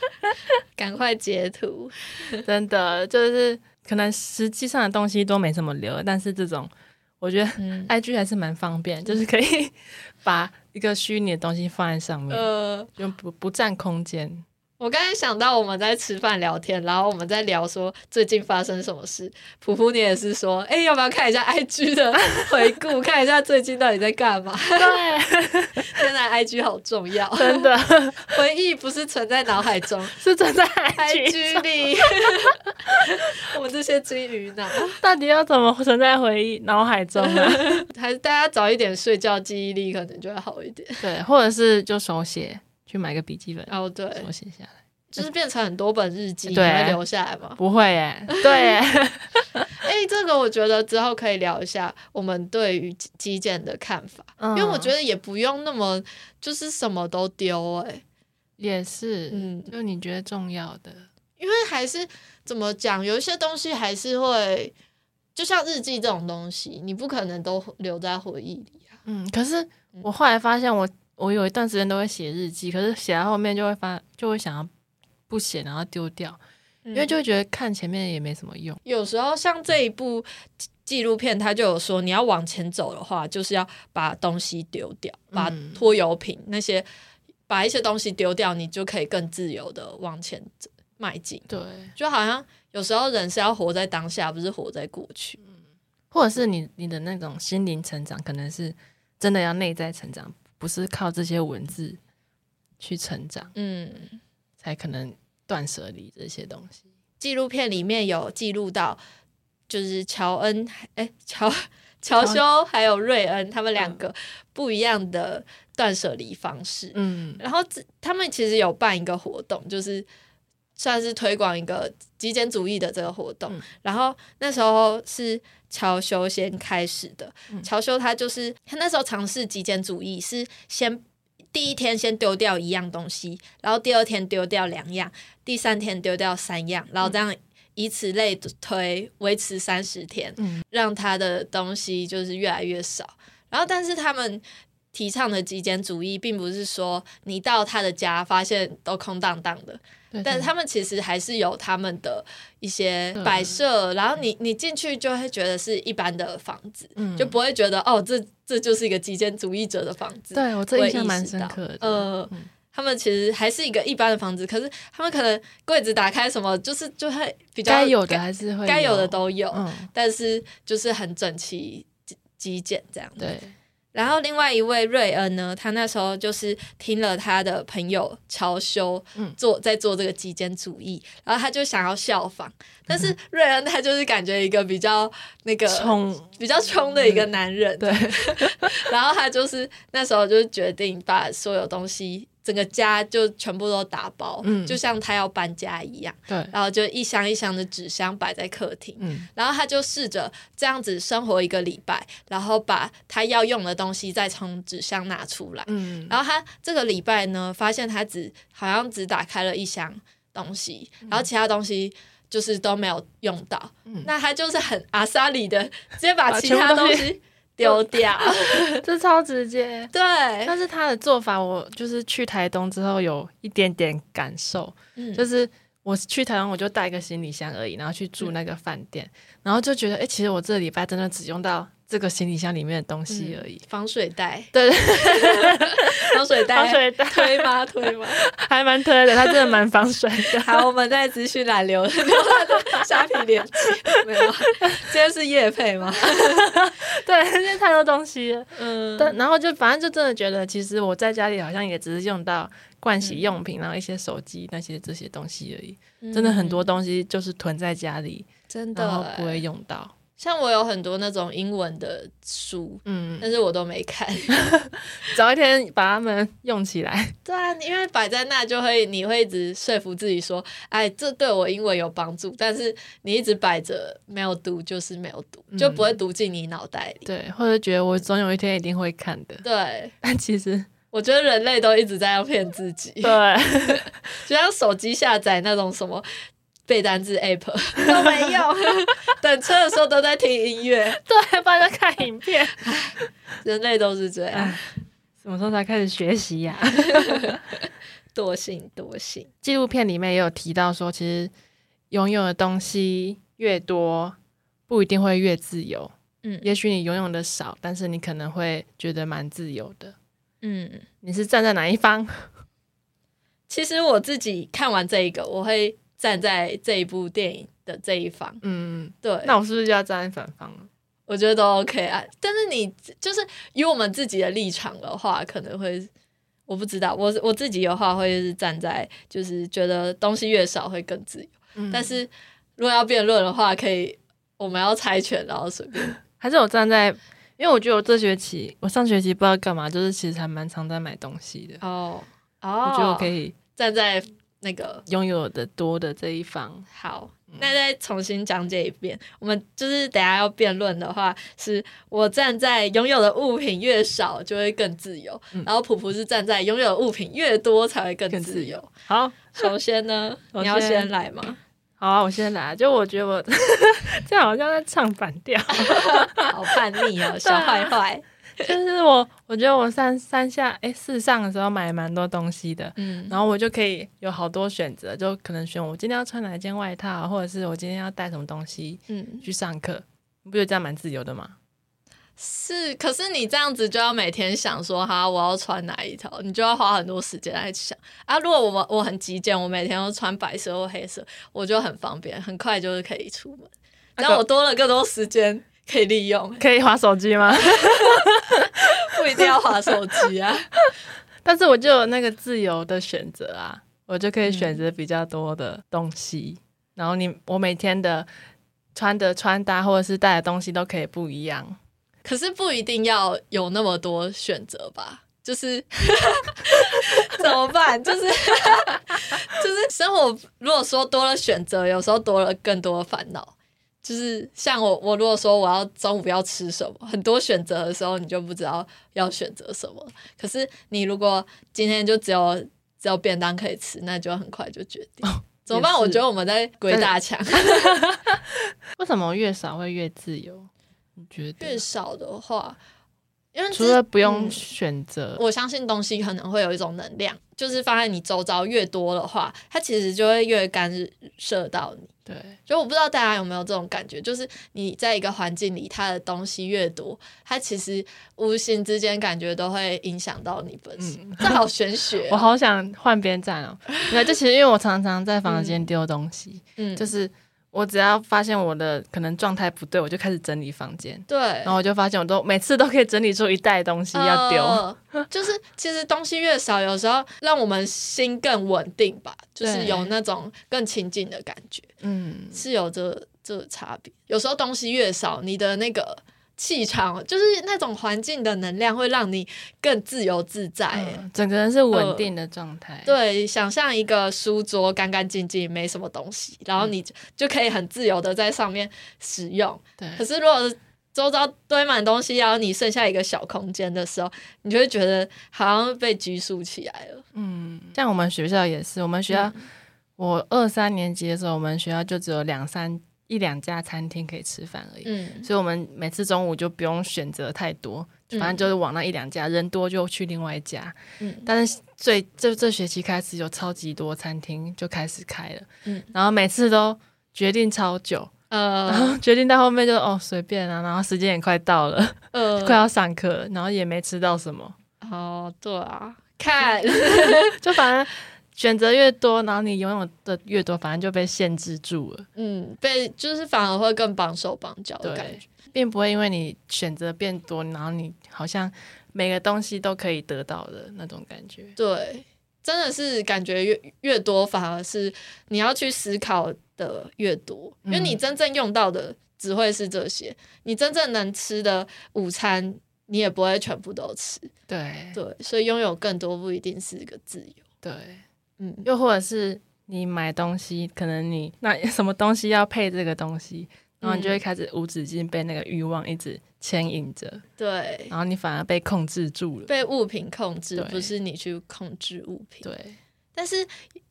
Speaker 1: 赶快截图。
Speaker 2: 真的就是可能实际上的东西都没什么留，但是这种我觉得
Speaker 1: 嗯，
Speaker 2: IG 还是蛮方便，就是可以把一个虚拟的东西放在上面，
Speaker 1: 呃，
Speaker 2: 就不不占空间。
Speaker 1: 我刚才想到我们在吃饭聊天，然后我们在聊说最近发生什么事。普普，你也是说，哎、要不要看一下 IG 的回顾，看一下最近到底在干嘛？
Speaker 2: 对，
Speaker 1: 现在 IG 好重要，
Speaker 2: 真的
Speaker 1: 回忆不是存在脑海中
Speaker 2: 是存在 IG，
Speaker 1: ，IG 里， 我们这些金鱼脑，
Speaker 2: 到底要怎么存在回忆脑海中啊呢？
Speaker 1: 还是大家早一点睡觉，记忆力可能就会好一点。
Speaker 2: 对，或者是就手写去买个笔记本，
Speaker 1: 哦，对，
Speaker 2: 手写下来。
Speaker 1: 就是变成很多本日记，你
Speaker 2: 对
Speaker 1: 会留下来吗？
Speaker 2: 不会耶，对 耶，
Speaker 1: 哎、这个我觉得之后可以聊一下我们对于极极简的看法，因为我觉
Speaker 2: 得
Speaker 1: 得也不用那么就是什么都丢哎、
Speaker 2: 也是，
Speaker 1: 嗯
Speaker 2: 就你觉得重要的，
Speaker 1: 因为还是怎么讲，有一些东西还是会，就像日记这种东西，你不可能都留在回忆里啊。
Speaker 2: 嗯，可是我后来发现我，我有一段时间都会写日记，可是写到后面就会发，就会想要不写，然后丢掉，嗯
Speaker 1: 因
Speaker 2: 因为就会觉得看前面也没什么用，
Speaker 1: 有时候像这一部纪纪录片，它就有说，你要往前走的话，就是要把东西丢掉，把
Speaker 2: 嗯
Speaker 1: 拖油瓶那些，把一些东西丢掉，你就可以更自由的往前走迈进。
Speaker 2: 对，
Speaker 1: 就好像有时候人是要活在当下，不是活在过去。
Speaker 2: 或者是你你的那种心灵成长，可能是真的要内在成长，不是靠这些文字去成长，
Speaker 1: 嗯，
Speaker 2: 才可能断舍离这些东西。
Speaker 1: 纪录片里面有记录到，就是乔恩，哎、乔乔嗯修还有瑞恩他们两个不一样的断舍离方式。
Speaker 2: 嗯，
Speaker 1: 然后这他们其实有办一个活动，就是算是推广一个极简主义的这个活动。
Speaker 2: 嗯
Speaker 1: 然后那时候是乔修先开始的，
Speaker 2: 嗯
Speaker 1: 乔修他就是他那时候尝试极简主义，是先第一天先丢掉一样东西，然后第二天丢掉两样，第三天丢掉三样，然后这样。以此类推，维持三十天，
Speaker 2: 嗯
Speaker 1: 让他的东西就是越来越少。然后，但是他们提倡的极简主义，并不是说你到他的家发现都空荡荡的，
Speaker 2: 对
Speaker 1: 但是
Speaker 2: 对
Speaker 1: 他们其实还是有他们的一些
Speaker 2: 对
Speaker 1: 摆设，然后你你进去就会觉得是一般的房子，
Speaker 2: 嗯
Speaker 1: 就不会觉得哦，这这就是一个极简主义者的房子。
Speaker 2: 对我这
Speaker 1: 会
Speaker 2: 印象
Speaker 1: 意
Speaker 2: 蛮
Speaker 1: 识
Speaker 2: 深
Speaker 1: 到
Speaker 2: 刻的。
Speaker 1: 呃
Speaker 2: 嗯
Speaker 1: 他们其实还是一个一般的房子，可是他们可能柜子打开什么，就是就会比较
Speaker 2: 该有的
Speaker 1: 该
Speaker 2: 还是会
Speaker 1: 该有的都有，
Speaker 2: 嗯，
Speaker 1: 但是就是很整齐极极简这样子。
Speaker 2: 对，
Speaker 1: 然后另外一位瑞恩呢，他那时候就是听了他的朋友乔修
Speaker 2: 嗯
Speaker 1: 做在做这个极简主义，然后他就想要效仿，
Speaker 2: 嗯
Speaker 1: 但是瑞恩他就是感觉一个比较那个
Speaker 2: 冲嗯
Speaker 1: 比较冲的一个男人，
Speaker 2: 对，
Speaker 1: 然后他就是那时候就决定把所有东西。整个家就全部都打包，
Speaker 2: 嗯
Speaker 1: 就像他要搬家一样，
Speaker 2: 对，
Speaker 1: 然后就一箱一箱的纸箱摆在客厅，
Speaker 2: 嗯，
Speaker 1: 然后他就试着这样子生活一个礼拜，然后把他要用的东西再从纸箱拿出来。
Speaker 2: 嗯，
Speaker 1: 然后他这个礼拜呢，发现他只好像只打开了一箱东西，然后其他东西就是都没有用到。
Speaker 2: 嗯
Speaker 1: 那他就是很阿萨里的，直接把
Speaker 2: 把
Speaker 1: 其
Speaker 2: 全部
Speaker 1: 他
Speaker 2: 东
Speaker 1: 东
Speaker 2: 西
Speaker 1: 西丢 掉。
Speaker 2: 哦这超直接。
Speaker 1: 对，
Speaker 2: 但是他的做法，我就是去台东之后有一点点感受，
Speaker 1: 嗯
Speaker 2: 就是我去台湾我就带一个行李箱而已，然后去
Speaker 1: 嗯
Speaker 2: 住那个饭店，然后就觉得，哎、其实我这礼拜真的只用到这个行李箱里面的东西而已。
Speaker 1: 防水袋，
Speaker 2: 对，
Speaker 1: 防水袋，
Speaker 2: 防水袋
Speaker 1: 推吗？推吗？。
Speaker 2: 还蛮推的，它真的蛮防水的
Speaker 1: 好，我们在资讯栏留 留他的虾皮链接，没有啊？今天是夜配吗？
Speaker 2: 对，因为太多东西了。
Speaker 1: 嗯，
Speaker 2: 但然后就反正就真的觉得，其实我在家里好像也只是用到盥
Speaker 1: 嗯
Speaker 2: 洗用品，然后一些手机那些这些东西而已。真的很多东西就是囤在家里，
Speaker 1: 嗯真
Speaker 2: 然后
Speaker 1: 的
Speaker 2: 不
Speaker 1: 欸
Speaker 2: 会用到。
Speaker 1: 像我有很多那种英文的书，
Speaker 2: 嗯，
Speaker 1: 但是我都没 看。
Speaker 2: 早一天把它们用起来。
Speaker 1: 对啊，因为摆在那就会，你会一直说服自己说，哎，这对我英文有帮助。但是你一直摆着没有读，就是没有读，就不会读进你脑袋里。
Speaker 2: 对，或者觉得我总有一天一定会看的，
Speaker 1: 对，
Speaker 2: 但其实
Speaker 1: 我觉得人类都一直在要骗自 己，
Speaker 2: 对
Speaker 1: 就像手机下载那种什么。背单字 app 都没用， 等车的时候都在听音乐，
Speaker 2: 对，不然就看影片。
Speaker 1: 人类都是这
Speaker 2: 哎
Speaker 1: 样，
Speaker 2: 什么时候才开始学习呀、
Speaker 1: 惰性惰性。
Speaker 2: 纪录片里面也有提到说，其实拥有的东西越多，不一定会越自由。
Speaker 1: 嗯
Speaker 2: 也许你拥有的少，但是你可能会觉得蛮自由的。
Speaker 1: 嗯，
Speaker 2: 你是站在哪一方？
Speaker 1: 其实我自己看完这一个，我会站在这一部电影的这一方。
Speaker 2: 嗯，
Speaker 1: 对，
Speaker 2: 那我是不是就要站在反方了？
Speaker 1: 我觉得都 OK 啊。但是你就是以我们自己的立场的话，可能会我不知道，我我自己的话会是站在就是觉得东西越少会更自由。
Speaker 2: 嗯
Speaker 1: 但是如果要辩论的话，可以我们要猜拳，然后随便。
Speaker 2: 还是我站在，因为我觉得我这学期，我上学期不知道干嘛，就是其实还蛮常在买东西的。
Speaker 1: 哦
Speaker 2: 我
Speaker 1: 哦，
Speaker 2: 觉得我可以
Speaker 1: 站在那个
Speaker 2: 拥有的多的这一方。
Speaker 1: 好。
Speaker 2: 嗯
Speaker 1: 那再重新讲解一遍，我们就是等一下要辩论的话，是我站在拥有的物品越少就会更自由，
Speaker 2: 嗯
Speaker 1: 然后普普是站在拥有的物品越多才会更
Speaker 2: 更
Speaker 1: 自
Speaker 2: 自
Speaker 1: 由
Speaker 2: 由。好，
Speaker 1: 首先呢，
Speaker 2: 首先
Speaker 1: 你要先来吗？
Speaker 2: 好啊，我先来。就我觉得我 这样好像在唱反调，
Speaker 1: 好叛逆哦，小坏坏。
Speaker 2: 啊就是我，我觉得我三三下哎四上的时候买蛮多东西的。
Speaker 1: 嗯
Speaker 2: 然后我就可以有好多选择，就可能选我今天要穿哪一件外套，啊或者是我今天要带什么东西
Speaker 1: 嗯，
Speaker 2: 去上课，你不觉得这样蛮自由的吗？
Speaker 1: 是，可是你这样子就要每天想说，哈，我要穿哪一套，你就要花很多时间来想啊。如果我我很极简，我每天都穿白色或黑色，我就很方便，很快就是可以出门，
Speaker 2: 那
Speaker 1: 然
Speaker 2: 个
Speaker 1: 后我多了更多时间可以利用，
Speaker 2: 可以划手机吗？
Speaker 1: 不一定要划手机啊。
Speaker 2: 但是我就有那个自由的选择啊，我就可以选
Speaker 1: 嗯
Speaker 2: 择比较多的东西，然后你我每天的穿的穿搭或者是带的东西都可以不一样。
Speaker 1: 可是不一定要有那么多选择吧？就是 怎么办？就是就是生活，如果说多了选择，有时候多了更多的烦恼。就是像我，我如果说我要中午要吃什么，很多选择的时候，你就不知道要选择什么。可是你如果今天就只有只有便当可以吃，那就很快就决定。怎么办？
Speaker 2: 哦也是
Speaker 1: 我觉得我们在鬼打墙，
Speaker 2: 为什么越少会越自由？你觉得
Speaker 1: 越？少的话，因为
Speaker 2: 除了不用
Speaker 1: 嗯
Speaker 2: 选择，
Speaker 1: 我相信东西可能会有一种能量，就是放在你周遭越多的话，它其实就会越干涉到你。
Speaker 2: 对，
Speaker 1: 就我不知道大家有没有这种感觉，就是你在一个环境里，它的东西越多，它其实无形之间感觉都会影响到你本身。
Speaker 2: 嗯
Speaker 1: 这好玄学
Speaker 2: 我
Speaker 1: 哦、
Speaker 2: 好想换边站哦。那就其实因为我常常在房间丢东西，
Speaker 1: 嗯，
Speaker 2: 就是我只要发现我的可能状态不对，我就开始整理房间。
Speaker 1: 对
Speaker 2: 然。后我就发现，我都每次都可以整理出一袋东西要丢，
Speaker 1: 呃就是其实东西越少，有时候让我们心更稳定吧，就是
Speaker 2: 对
Speaker 1: 有那种更亲近的感觉。
Speaker 2: 嗯，
Speaker 1: 是有这这差别。有时候东西越少，你的那个气场，就是那种环境的能量，会让你更自由自在。欸
Speaker 2: 嗯整个人是稳定的状态。
Speaker 1: 对，想象一个书桌干干净净，没什么东西，然后你就就可以很自由的在上面使用。
Speaker 2: 对
Speaker 1: 可是如果周遭堆满东西，然后你剩下一个小空间的时候，你就会觉得好像被拘束起来了。
Speaker 2: 嗯，像嗯我们学校也是，我们学校、我二三年级的时候，我们学校就只有两三一两家餐厅可以吃饭而已。
Speaker 1: 嗯，
Speaker 2: 所以我们每次中午就不用选择太多，反正就是往那一两家，人多就去另外一家。
Speaker 1: 嗯
Speaker 2: 但是最这这学期开始有超级多餐厅就开始开了，
Speaker 1: 嗯
Speaker 2: 然后每次都决定超久，然
Speaker 1: 呃
Speaker 2: 后决定到后面就哦随便啊，然后时间也快到了，
Speaker 1: 呃，
Speaker 2: 快要上课了，然后也没吃到什么，
Speaker 1: 哦，对啊，看，
Speaker 2: 就反正选择越多，然后你拥有的越多，反正就被限制住了，
Speaker 1: 嗯，被就是反而会更绑手绑脚的
Speaker 2: 对
Speaker 1: 感觉。
Speaker 2: 并不会因为你选择变多，然后你好像每个东西都可以得到的那种感觉。
Speaker 1: 对，真的是感觉越越多，反而是你要去思考的越多，因为你
Speaker 2: 嗯
Speaker 1: 真正用到的只会是这些，你真正能吃的午餐你也不会全部都吃。
Speaker 2: 对
Speaker 1: 对，所以拥有更多不一定是一个自由。
Speaker 2: 对，
Speaker 1: 嗯，
Speaker 2: 又或者是你买东西，可能你那什么东西要配这个东西，然后你就会开始无止境被那个欲望一直牵引着，
Speaker 1: 对，
Speaker 2: 然后你反而被控制住了。
Speaker 1: 被物品控制，
Speaker 2: 对
Speaker 1: 不是你去控制物品。
Speaker 2: 对，
Speaker 1: 但是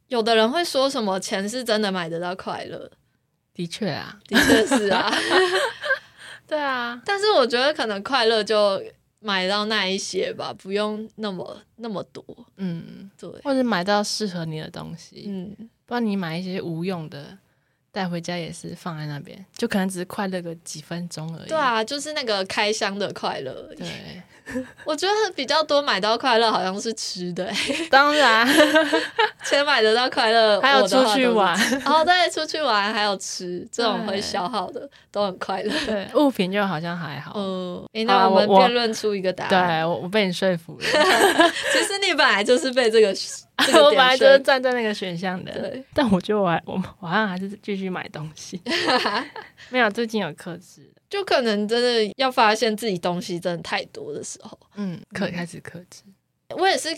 Speaker 1: 有的人会说什么钱是真的买得到快乐，
Speaker 2: 的确啊，
Speaker 1: 的确是啊。
Speaker 2: 对啊，
Speaker 1: 但是我觉得可能快乐就买到那一些吧，不用那么那么多。
Speaker 2: 嗯，
Speaker 1: 对，
Speaker 2: 或者买到适合你的东西，
Speaker 1: 嗯，
Speaker 2: 不然你买一些无用的。带回家也是放在那边，就可能只是快乐个几分钟而已。
Speaker 1: 对，啊，就是那个开箱的快乐而已。
Speaker 2: 对，
Speaker 1: 我觉得比较多买到快乐好像是吃的、 欸，
Speaker 2: 当然啊
Speaker 1: 钱买得到快乐，
Speaker 2: 还有
Speaker 1: 我的
Speaker 2: 出
Speaker 1: 话
Speaker 2: 去
Speaker 1: 都是
Speaker 2: 玩
Speaker 1: 吃。，哦，对，出去玩还有吃，这种会
Speaker 2: 对
Speaker 1: 消耗的都很快乐。
Speaker 2: 对，物品就好像还好。
Speaker 1: 嗯，诶
Speaker 2: 好
Speaker 1: 那
Speaker 2: 啦
Speaker 1: 我们
Speaker 2: 我我
Speaker 1: 辩论出一个答
Speaker 2: 对
Speaker 1: 案。
Speaker 2: 我，我被你说服了，
Speaker 1: 其实你本来就是被 这个，这个
Speaker 2: 我本来
Speaker 1: 点
Speaker 2: 就是
Speaker 1: 说
Speaker 2: 站在那个选项的。
Speaker 1: 对，
Speaker 2: 但我觉得我还我我好像还是继续买东 西，没有最近有克制，
Speaker 1: 就可能真的要发现自己东西真的太多的时候，
Speaker 2: 嗯，克开始克制，
Speaker 1: 我也是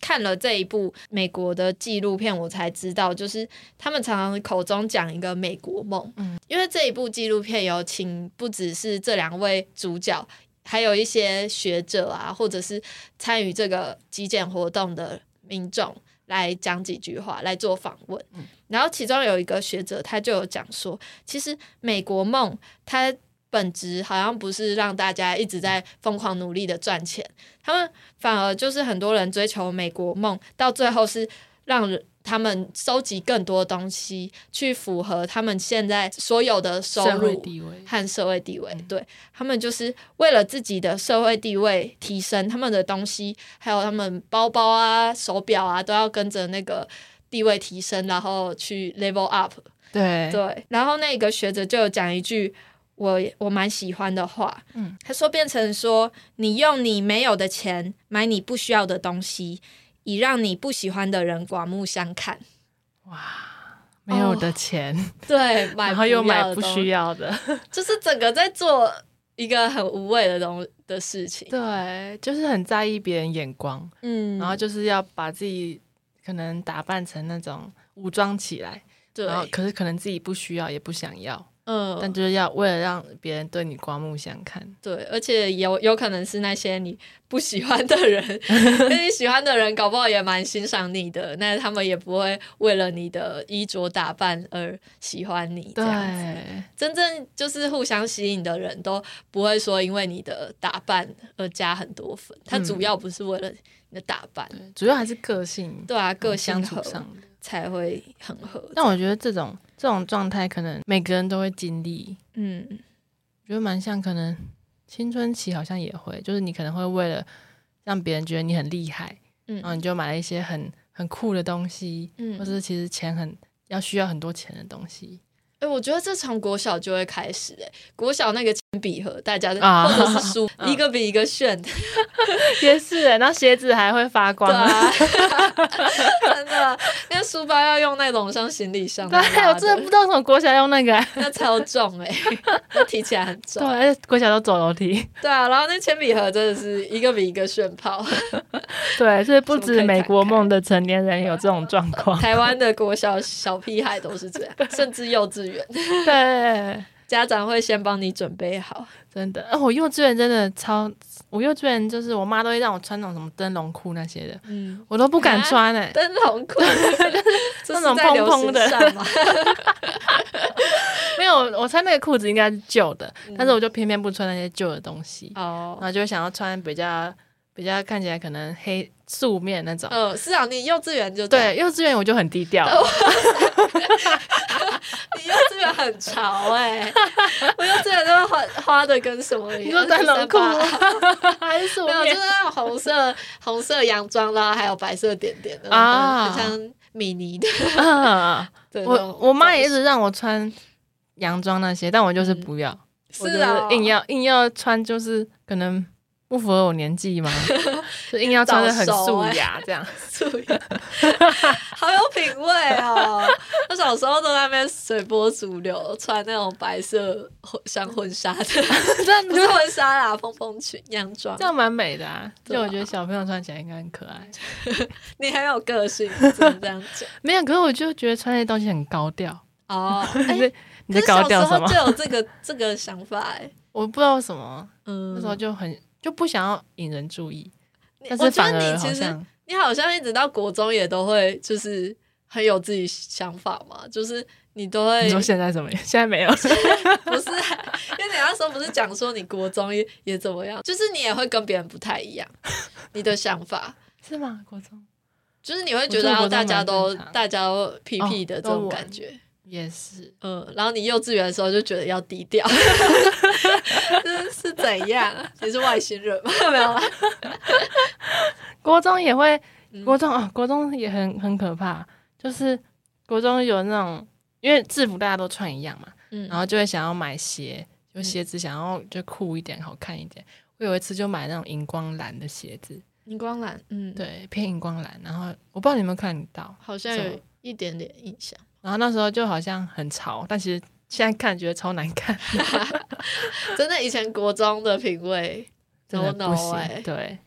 Speaker 1: 看了这一部美国的纪录片，我才知道，就是他们常常口中讲一个美国梦。
Speaker 2: 嗯，
Speaker 1: 因为这一部纪录片有请不只是这两位主角，还有一些学者啊，或者是参与这个极简活动的民众来讲几句话，来做访问。
Speaker 2: 嗯
Speaker 1: 然后其中有一个学者，他就有讲说，其实美国梦它本质好像不是让大家一直在疯狂努力的赚钱，他们反而就是很多人追求美国梦，到最后是让人他们收集更多东西，去符合他们现在所有的收
Speaker 2: 社会
Speaker 1: 入。
Speaker 2: 地位，
Speaker 1: 和社会地位，
Speaker 2: 嗯
Speaker 1: 对他们就是为了自己的社会地位提升，他们的东西还有他们包包啊、手表啊，都要跟着那个地位提升，然后去 level up。
Speaker 2: 对
Speaker 1: 对，然后那个学者就有讲一句我我蛮喜欢的话，
Speaker 2: 嗯，
Speaker 1: 他说变成说你用你没有的钱买你不需要的东西，以让你不喜欢的人刮目相看。
Speaker 2: 没有的钱，
Speaker 1: 对，哦买
Speaker 2: 然后又
Speaker 1: 要
Speaker 2: 买
Speaker 1: 的
Speaker 2: 不
Speaker 1: 东
Speaker 2: 需要 的，
Speaker 1: 就是整个在做一个很无谓的东的事情。
Speaker 2: 对，就是很在意别人眼光，
Speaker 1: 嗯，
Speaker 2: 然后就是要把自己可能打扮成那种武装起来，
Speaker 1: 对，
Speaker 2: 然后可是可能自己不需要也不想要，但
Speaker 1: 嗯，
Speaker 2: 就是要为了让别人对你刮目相看，
Speaker 1: 对，而且有有可能是那些你不喜欢的 人，因为你喜欢的人搞不好也蛮欣赏你的，那他们也不会为了你的衣着打扮而喜欢你。这样子，
Speaker 2: 对
Speaker 1: 真正就是互相吸引的人都不会说因为你的打扮而加很多分，他
Speaker 2: 嗯
Speaker 1: 主要不是为了你的打扮，
Speaker 2: 对，主要还是个性，
Speaker 1: 对啊，个
Speaker 2: 嗯相
Speaker 1: 性
Speaker 2: 处
Speaker 1: 合
Speaker 2: 上的。
Speaker 1: 才会很合。
Speaker 2: 但我觉得这种这种状态，可能每个人都会经历。
Speaker 1: 嗯，
Speaker 2: 我觉得蛮像，可能青春期好像也会，就是你可能会为了让别人觉得你很厉害，
Speaker 1: 嗯
Speaker 2: 然后你就买了一些很很酷的东西，
Speaker 1: 嗯
Speaker 2: 或者是其实钱很要需要很多钱的东西。
Speaker 1: 哎、我觉得这从国小就会开始、欸，哎，国小那个铅笔盒，大家、
Speaker 2: 啊
Speaker 1: 或者是书，
Speaker 2: 嗯
Speaker 1: 一个比一个炫，
Speaker 2: 也是，欸然后鞋子还会发光
Speaker 1: 对。啊， 真的，那书包要用那种像行李箱
Speaker 2: 对啊
Speaker 1: 那样，拉
Speaker 2: 我真的不知道怎么国小用那个、啊
Speaker 1: 那超重哎、那提起来很
Speaker 2: 对，
Speaker 1: 重，
Speaker 2: 啊而且国小都走楼 梯。
Speaker 1: 对啊，然后那铅笔盒真的是一个比一个炫炮，
Speaker 2: 对，所以不
Speaker 1: 怎么可
Speaker 2: 止
Speaker 1: 以
Speaker 2: 美国梦的成年人有这种状况。
Speaker 1: 台湾的国小小屁孩都是这样，甚至幼稚园，
Speaker 2: 对，
Speaker 1: 家长会先帮你准备好，
Speaker 2: 真的，啊我幼稚园真的超，我幼稚园就是我妈都会让我穿那种什么灯笼裤那些的，
Speaker 1: 嗯，
Speaker 2: 我都不敢
Speaker 1: 啊
Speaker 2: 穿哎、
Speaker 1: 灯 笼裤，这是
Speaker 2: 那种
Speaker 1: 在流
Speaker 2: 蓬蓬
Speaker 1: 行
Speaker 2: 的
Speaker 1: 上吗？
Speaker 2: 没有，有，我穿那个裤子应该是旧的，但是我就偏偏不穿那些旧的东西，然
Speaker 1: 嗯哦，
Speaker 2: 后就想要穿比较比较看起来可能黑素面那种。
Speaker 1: 呃，市长，你幼稚园就这样，
Speaker 2: 对，幼稚园我就很低调，
Speaker 1: 哦 你幼稚园很潮哎、我幼稚园都花花的跟什么一样，
Speaker 2: 你说短
Speaker 1: 就是
Speaker 2: 冷裤
Speaker 1: 把
Speaker 2: 吗还是素
Speaker 1: 没有，就是
Speaker 2: 面？
Speaker 1: 那种红色红色洋装啦，还有白色点点的
Speaker 2: 啊
Speaker 1: 很像米妮的。
Speaker 2: 啊
Speaker 1: 的那种
Speaker 2: 我我妈也一直让我穿洋装那些，但我就是不要，我就是
Speaker 1: 啊，
Speaker 2: 硬要硬要穿，就是可能不符合我年 纪嘛，就硬要穿的很素
Speaker 1: 欸
Speaker 2: 雅这样。
Speaker 1: 素颜，好有品味哦。 我小时候都在那边随波逐流，穿那种白色婚像婚纱 的，
Speaker 2: 这样
Speaker 1: 不是婚纱啦，蓬蓬裙洋装
Speaker 2: 这。样蛮美的啊，
Speaker 1: 对啊
Speaker 2: 就我觉得小朋友穿起来应该很可爱。
Speaker 1: 你很有个性，只能这样讲
Speaker 2: 没有，可是我就觉得穿那些东西很高调。
Speaker 1: 哦。哎
Speaker 2: 你在你
Speaker 1: 可是小
Speaker 2: 在高
Speaker 1: 时
Speaker 2: 调什么
Speaker 1: 候就？有这个这个想法哎。
Speaker 2: 我不知道为什么，
Speaker 1: 嗯，
Speaker 2: 那时候就很就不想要引人注意，
Speaker 1: 你
Speaker 2: 但
Speaker 1: 我
Speaker 2: 是
Speaker 1: 觉
Speaker 2: 反
Speaker 1: 得
Speaker 2: 而
Speaker 1: 你
Speaker 2: 好
Speaker 1: 其实
Speaker 2: 像
Speaker 1: 你好像一直到国中也都会就是很有自己想法嘛，就是你都会
Speaker 2: 你说现在怎么样？现在没 有，
Speaker 1: 不是，因为你那时候不是讲说你国中也也怎么样，就是你也会跟别人不太一样，你的想法。
Speaker 2: 是吗？国中
Speaker 1: 就是你会觉
Speaker 2: 我觉得
Speaker 1: 得
Speaker 2: 国
Speaker 1: 哦
Speaker 2: 中
Speaker 1: 大家
Speaker 2: 蛮
Speaker 1: 都
Speaker 2: 正常
Speaker 1: 大家都屁屁的
Speaker 2: 哦
Speaker 1: 这种
Speaker 2: 都玩
Speaker 1: 感觉，
Speaker 2: 也是，
Speaker 1: 嗯，然后你幼稚园的时候就觉得要低 调， 是是怎样？啊你是外星人 吗？没有啦，
Speaker 2: 国中也会，
Speaker 1: 嗯
Speaker 2: 国中哦，国中也很很可怕，就是国中有那种，因为制服大家都穿一样嘛，
Speaker 1: 嗯，
Speaker 2: 然后就会想要买鞋，就鞋子想要就酷一点、好看一点。我有一次就买那种荧光蓝的鞋子，
Speaker 1: 荧光蓝，嗯，，
Speaker 2: 对，偏荧光蓝。然后我不知道你有没有看到，
Speaker 1: 好像
Speaker 2: 什么
Speaker 1: 有一点点印象。
Speaker 2: 然后那时候就好像很潮，但其实现在看觉得超难看，
Speaker 1: 真的，以前国中的品味，
Speaker 2: 真的
Speaker 1: No, no
Speaker 2: 不行。
Speaker 1: 欸
Speaker 2: 对，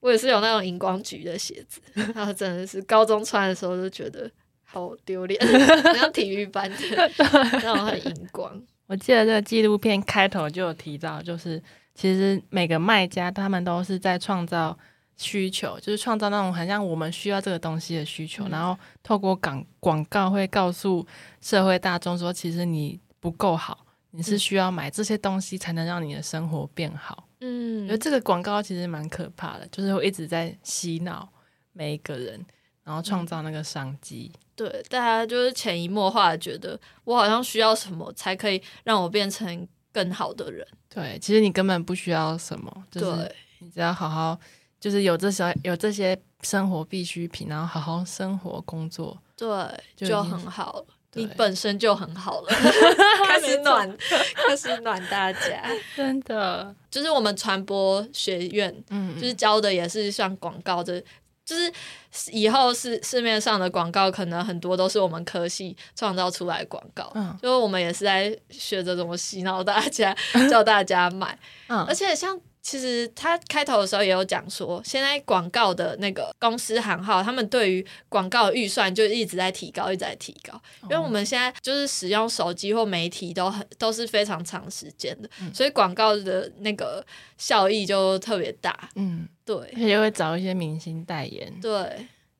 Speaker 1: 我也是有那种荧光橘的鞋子，然后真的是高中穿的时候就觉得好丢 脸，很像体育班的那种很荧光。
Speaker 2: 我记得这个纪录片开头就有提到，就是其实每个卖家他们都是在创造需求，就是创造那种很像我们需要这个东西的需求，
Speaker 1: 嗯
Speaker 2: 然后透过广广告会告诉社会大众说，其实你不够好，你是
Speaker 1: 嗯
Speaker 2: 需要买这些东西才能让你的生活变好。我
Speaker 1: 嗯
Speaker 2: 觉得这个广告其实蛮可怕的，就是会一直在洗脑每一个人，然后
Speaker 1: 嗯
Speaker 2: 创造那个商机。
Speaker 1: 对，大家就是潜移默化的觉得我好像需要什么才可以让我变成更好的人。
Speaker 2: 对，其实你根本不需要什么，就是
Speaker 1: 对，
Speaker 2: 你只要好好，就是有这些有这些生活必需品，然后好好生活工作，就
Speaker 1: 对，就
Speaker 2: 已经
Speaker 1: 很好了。
Speaker 2: 对
Speaker 1: 你本身就很好 了， 开始暖，开始暖大家。
Speaker 2: 真的，
Speaker 1: 就是我们传播学院
Speaker 2: 嗯，
Speaker 1: 就是教的也是像广告这，就是以后市市面上的广告，可能很多都是我们科系创造出来的广告，
Speaker 2: 嗯
Speaker 1: 就是我们也是在学着怎么洗脑大家， 叫大家买。
Speaker 2: 嗯
Speaker 1: 而，且像其实他开头的时候也有讲说，现在广告的那个公司行号，他们对于广告的预算就一直在提高，一直在提高。因为我们现在就是使用手机或媒体都很都是非常长时间的，所以广告的那个效益就特别大。
Speaker 2: 嗯，而
Speaker 1: 对
Speaker 2: 且又会找一些明星代言，
Speaker 1: 对，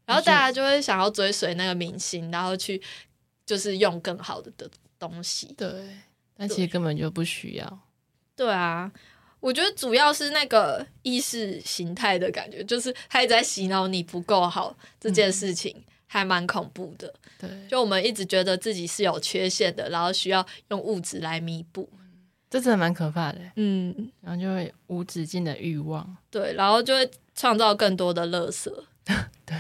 Speaker 1: 然后大家就会想要追随那个明星，然后去就是用更好的的东西。
Speaker 2: 对，但其实根本就不需要，
Speaker 1: 对啊，我觉得主要是那个意识形态的感觉，就是他一直在洗脑你不够好这件
Speaker 2: 嗯
Speaker 1: 事情，还蛮恐怖的。
Speaker 2: 对，
Speaker 1: 就我们一直觉得自己是有缺陷的，然后需要用物质来弥补。
Speaker 2: 这真的蛮可怕的，
Speaker 1: 嗯，
Speaker 2: 然后就会无止境的欲望，
Speaker 1: 对，然后就会创造更多的垃圾。
Speaker 2: 对，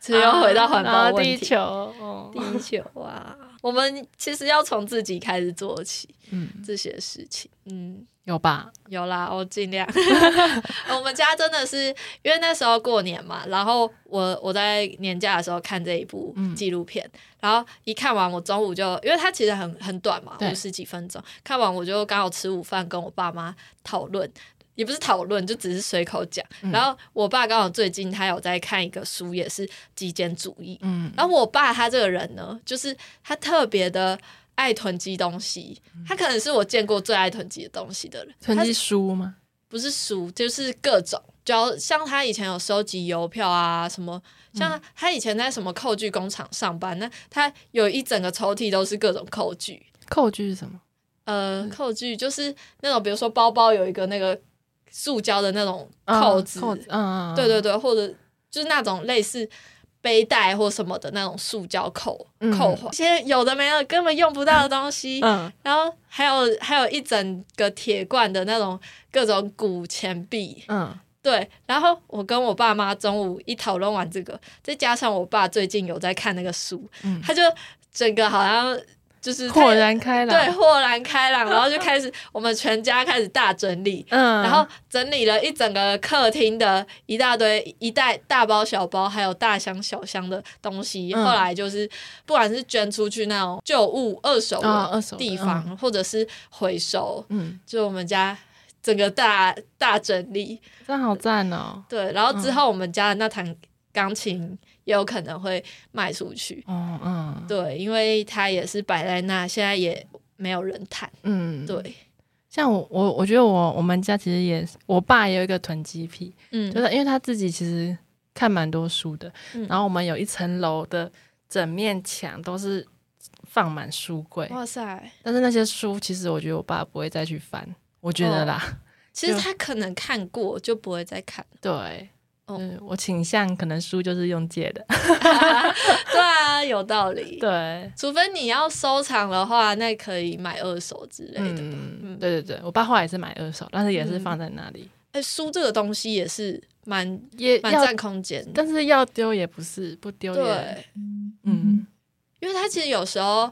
Speaker 1: 只有回到环
Speaker 2: 啊
Speaker 1: 保
Speaker 2: 然后
Speaker 1: 问
Speaker 2: 地
Speaker 1: 题。
Speaker 2: 球，哦
Speaker 1: 地球啊，我们其实要从自己开始做起
Speaker 2: 嗯，
Speaker 1: 这些事情。嗯，
Speaker 2: 有吧？
Speaker 1: 有啦，我尽 量。我们家真的是因为那时候过年嘛，然后我我在年假的时候看这一部
Speaker 2: 嗯
Speaker 1: 纪录片，然后一看完，我中午就因为它其实很很短嘛，
Speaker 2: 对
Speaker 1: 五十几分钟，看完我就刚好吃午饭，跟我爸妈讨论。也不是讨论，就只是随口讲。
Speaker 2: 嗯
Speaker 1: 然后我爸刚好最近他有在看一个书，也是极简主义。
Speaker 2: 嗯，
Speaker 1: 然后我爸他这个人呢，就是他特别的爱囤积东西，他可能是我见过最爱囤积的东西的人。
Speaker 2: 囤
Speaker 1: 他
Speaker 2: 积
Speaker 1: 是
Speaker 2: 书吗？
Speaker 1: 不是书，就是各种，只要像他以前有收集邮票啊，什么
Speaker 2: 嗯
Speaker 1: 像他以前在什么扣具工厂上班，那他有一整个抽屉都是各种扣具。
Speaker 2: 扣具是什么？
Speaker 1: 呃，
Speaker 2: 嗯
Speaker 1: 扣具就是那种，比如说包包有一个那个塑胶的那种
Speaker 2: 啊
Speaker 1: 扣子，
Speaker 2: 扣子，嗯，嗯
Speaker 1: 对对，对，或者就是那种类似背带或什么的那种塑胶扣、
Speaker 2: 嗯
Speaker 1: 扣环，一些有的没有根本用不到的东西。
Speaker 2: 嗯
Speaker 1: 然后还有还有一整个铁罐的那种各种古钱币，
Speaker 2: 嗯
Speaker 1: 对。然后我跟我爸妈中午一讨论完这个，再加上我爸最近有在看那个书，
Speaker 2: 嗯
Speaker 1: 他就整个好像就是
Speaker 2: 嗯，
Speaker 1: 他
Speaker 2: 豁然开朗，
Speaker 1: 对，豁然开朗， 然后就开始我们全家开始大整理，
Speaker 2: 嗯，
Speaker 1: 然后整理了一整个客厅的一大堆一袋大包小包，还有大箱小箱的东西。
Speaker 2: 嗯
Speaker 1: 后来就是不管是捐出去那种旧物、二手的
Speaker 2: 啊，二手的
Speaker 1: 地方，，或者是回收，
Speaker 2: 嗯，嗯
Speaker 1: 就我们家整个大大整理。
Speaker 2: 这样好赞哦，
Speaker 1: 对，然后之后我们家的那弹钢琴也有可能会卖出去。
Speaker 2: 哦，嗯，
Speaker 1: 对，因为它也是摆在那，现在也没有人弹。
Speaker 2: 嗯，
Speaker 1: 对，
Speaker 2: 像我我我觉得我我们家其实也，我爸也有一个囤积癖，
Speaker 1: 嗯，
Speaker 2: 就是因为他自己其实看蛮多书的，
Speaker 1: 嗯
Speaker 2: 然后我们有一层楼的整面墙都是放满书柜，
Speaker 1: 哇塞，
Speaker 2: 但是那些书其实我觉得我爸不会再去翻，我觉得啦，
Speaker 1: 其实
Speaker 2: 就
Speaker 1: 他可能看过就不会再看了。
Speaker 2: 对。
Speaker 1: 哦
Speaker 2: 嗯，我倾向可能书就是用借的，
Speaker 1: 对啊，有道理。
Speaker 2: 对，
Speaker 1: 除非你要收藏的话，那可以买二手之类的。哎、
Speaker 2: 嗯，对对对，我爸后来也是买二手，但是也是放在那里，
Speaker 1: 哎书这个东西也是蛮
Speaker 2: 也
Speaker 1: 蛮
Speaker 2: 要
Speaker 1: 占空间的，
Speaker 2: 但是要丢也不是，不丢也，
Speaker 1: 对，
Speaker 2: 嗯，
Speaker 1: 因为它其实有时候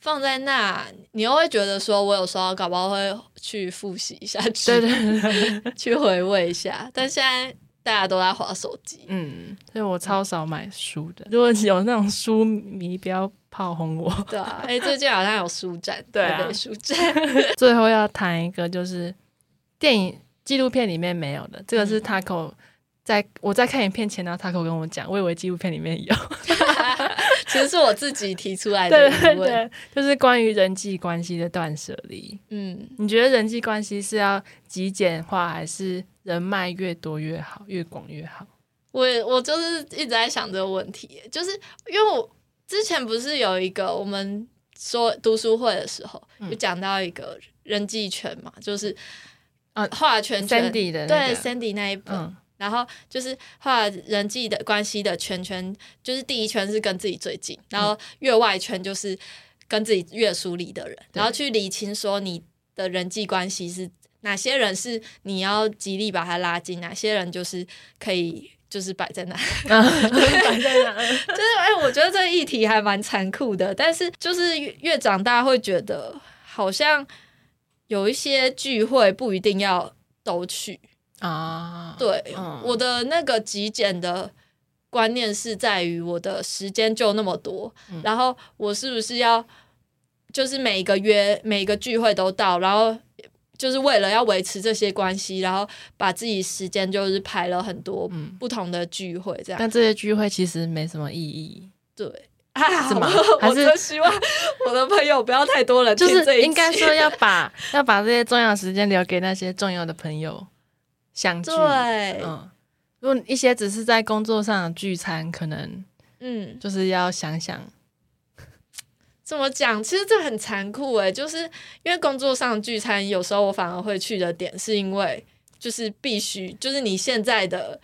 Speaker 1: 放在那，你又会觉得说，我有时候搞不好会去复习一下，去
Speaker 2: 对对对对，
Speaker 1: 去回味一下。但现在大家都在划手机，
Speaker 2: 嗯，所以我超少买书的。如果有那种书迷，不要炮轰我。
Speaker 1: 对啊，哎、最近好像有书展，
Speaker 2: 对啊
Speaker 1: 台北书展，
Speaker 2: 最后要谈一个，就是电影纪录片里面没有的，
Speaker 1: 嗯
Speaker 2: 这个是 Taco 在我在看影片前，然后 Taco 跟我讲，我以为纪录片里面 有。
Speaker 1: 其实是我自己提出来的
Speaker 2: 对
Speaker 1: 疑
Speaker 2: 啊 对
Speaker 1: 问。
Speaker 2: 对，就是关于人际关系的断舍离。
Speaker 1: 嗯，
Speaker 2: 你觉得人际关系是要极简化，还是人脉越多越好，越广越好？
Speaker 1: 我我就是一直在想这个问题，就是因为我之前不是有一个我们说读书会的时候，
Speaker 2: 嗯
Speaker 1: 有讲到一个人际圈嘛，就是
Speaker 2: 啊
Speaker 1: 画圈圈
Speaker 2: Sandy 的那
Speaker 1: 对
Speaker 2: 个
Speaker 1: Sandy 那一本，
Speaker 2: 嗯
Speaker 1: 然后就是画人际的关系的圈圈，就是第一圈是跟自己最近，然后越外圈就是跟自己越疏离的人，
Speaker 2: 对
Speaker 1: 然后去理清说你的人际关系是哪些人是你要极力把他拉近，哪些人就是可以就是摆在那。
Speaker 2: 摆在哪？
Speaker 1: 就是哎、我觉得这个议题还蛮残酷的，但是就是越越长大会觉得好像有一些聚会不一定要都去，
Speaker 2: 啊，
Speaker 1: 对，
Speaker 2: 嗯
Speaker 1: 我的那个极简的观念是在于我的时间就那么多，
Speaker 2: 嗯
Speaker 1: 然后我是不是要就是每一个约每一个聚会都到，然后就是为了要维持这些关系，然后把自己时间就是排了很多
Speaker 2: 嗯
Speaker 1: 不同的聚会这样。
Speaker 2: 但这些聚会其实没什么意 义。
Speaker 1: 对。啊，
Speaker 2: 是吗
Speaker 1: 我
Speaker 2: 还
Speaker 1: 我
Speaker 2: 是
Speaker 1: 真希望我的朋友不要太多人听
Speaker 2: 就
Speaker 1: 这一
Speaker 2: 是
Speaker 1: 集
Speaker 2: 应该说要把要把这些重要的时间留给那些重要的朋友相 聚。
Speaker 1: 对，
Speaker 2: 嗯，如果一些只是在工作上的聚餐，可能
Speaker 1: 嗯，
Speaker 2: 就是要想想，
Speaker 1: 怎么讲？其实这很残酷诶、就是因为工作上聚餐，有时候我反而会去的点，是因为就是必须，就是你现在的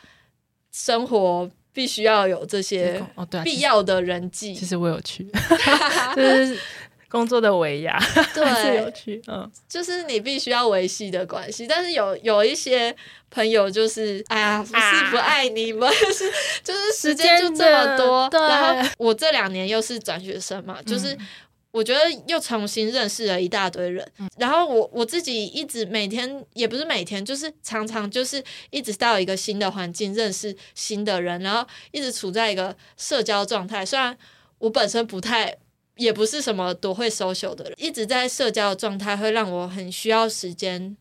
Speaker 1: 生活必须要有这些
Speaker 2: 哦，对、啊，
Speaker 1: 必要的人际
Speaker 2: 其实。其，实我 有去，就是工作的尾牙还是有
Speaker 1: 对，
Speaker 2: 去，嗯，
Speaker 1: 就是你必须要维系的关系。但是有有一些朋友就是，哎呀，不是
Speaker 2: 啊
Speaker 1: 不爱你们， 是就是时间
Speaker 2: 时
Speaker 1: 就
Speaker 2: 间
Speaker 1: 这么多。
Speaker 2: 的对
Speaker 1: 然后 我这两年又是转学生嘛，就是我觉得又重新认识了一大堆人，然后我我自己一直每天也不是每天，就是常常就是一直到一个新的环境认识新的人，然后一直处在一个社交状态。虽然我本身不太也不是什么多会 social 的人，一直在社交的状态会让我很需要时间，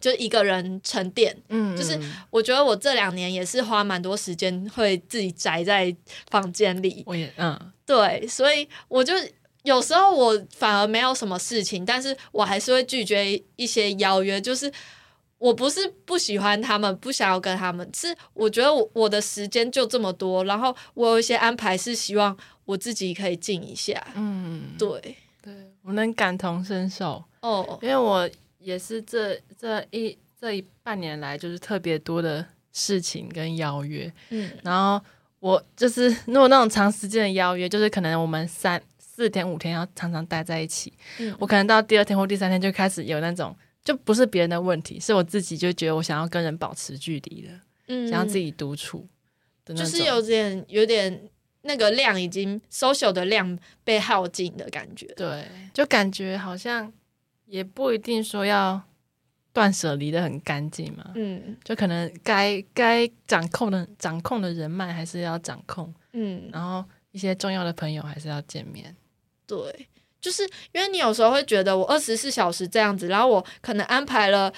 Speaker 1: 就一个人沉淀。
Speaker 2: 嗯，
Speaker 1: 就是
Speaker 2: 嗯嗯
Speaker 1: 我觉得我这两年也是花蛮多时间会自己宅在房间里，
Speaker 2: 我也嗯
Speaker 1: 对，所以我就有时候我反而没有什么事情，但是我还是会拒绝一些邀约，就是。我不是不喜欢他们，不想要跟他们，是我觉得我我的时间就这么多，然后我有一些安排是希望我自己可以静一下。
Speaker 2: 嗯，
Speaker 1: 对，
Speaker 2: 对，我能感同身受，
Speaker 1: 哦，
Speaker 2: 因为我也是这这一这一半年来就是特别多的事情跟邀约，
Speaker 1: 嗯
Speaker 2: 然后我就是如果那种长时间的邀约，就是可能我们三四天五天要常常待在一起，
Speaker 1: 嗯，
Speaker 2: 我可能到第二天或第三天就开始有那种。就不是别人的问题，是我自己就觉得我想要跟人保持距离了，
Speaker 1: 嗯
Speaker 2: 想要自己独处的那
Speaker 1: 就
Speaker 2: 种。
Speaker 1: 是有点有点那个量已经 social 的量被耗尽的感觉。
Speaker 2: 对，就感觉好像也不一定说要断舍离的很干净嘛，
Speaker 1: 嗯
Speaker 2: 就可能该该掌控的掌控的人脉还是要掌控，
Speaker 1: 嗯，
Speaker 2: 然后一些重要的朋友还是要见面。
Speaker 1: 对，就是因为你有时候会觉得我二十四小时这样子，然后我可能安排了。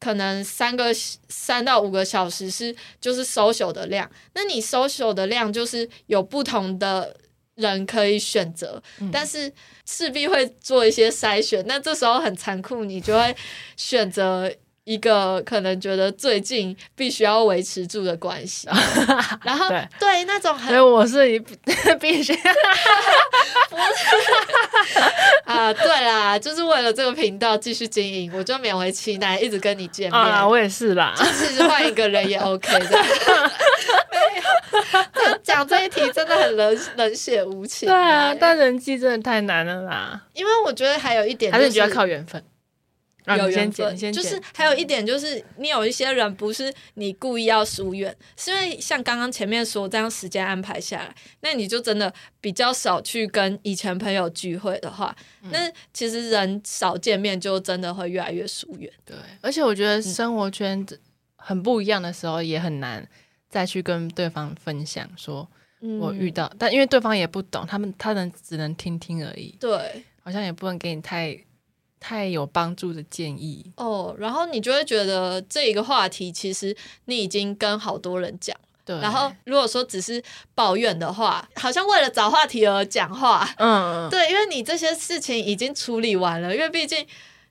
Speaker 1: 可能三个三到五个小时是就是 social 的量，那你 social 的量就是有不同的人可以选择，
Speaker 2: 嗯
Speaker 1: 但是势必会做一些筛选。那这时候很残酷，你就会选择一个可能觉得最近必须要维持住的关 系，然后
Speaker 2: 对
Speaker 1: 对那种
Speaker 2: 所
Speaker 1: 很
Speaker 2: 以我是一必须
Speaker 1: 啊，对啦，就是为了这个频道继续经营，我就勉为其难一直跟你见面。
Speaker 2: 啊，我也是啦。
Speaker 1: 其实换一个人也 OK 的。 没有讲这一题真的很冷冷血无情、
Speaker 2: 对啊，
Speaker 1: 欸
Speaker 2: 但人际真的太难了啦，
Speaker 1: 因为我觉得还有一点、就
Speaker 2: 还
Speaker 1: 是，
Speaker 2: 是你觉得靠缘分？啊
Speaker 1: 有
Speaker 2: 你
Speaker 1: 缘
Speaker 2: 先讲，
Speaker 1: 分，
Speaker 2: 你先
Speaker 1: 就是
Speaker 2: 讲
Speaker 1: 还有一点就是，你有一些人不是你故意要疏远，是因为像刚刚前面说这样时间安排下来，那你就真的比较少去跟以前朋友聚会的话，
Speaker 2: 嗯
Speaker 1: 那其实人少见面就真的会越来越疏远。
Speaker 2: 对，而且我觉得生活圈子很不一样的时候，也很难再去跟对方分享说
Speaker 1: 嗯
Speaker 2: 我遇到，但因为对方也不懂，他们他能只能听听而已，
Speaker 1: 对
Speaker 2: 好像也不能给你太太有帮助的建议。
Speaker 1: 哦，然后你就会觉得这一个话题其实你已经跟好多人讲，
Speaker 2: 对，
Speaker 1: 然后如果说只是抱怨的话，好像为了找话题而讲话。
Speaker 2: 嗯，
Speaker 1: 对，因为你这些事情已经处理完了，因为毕竟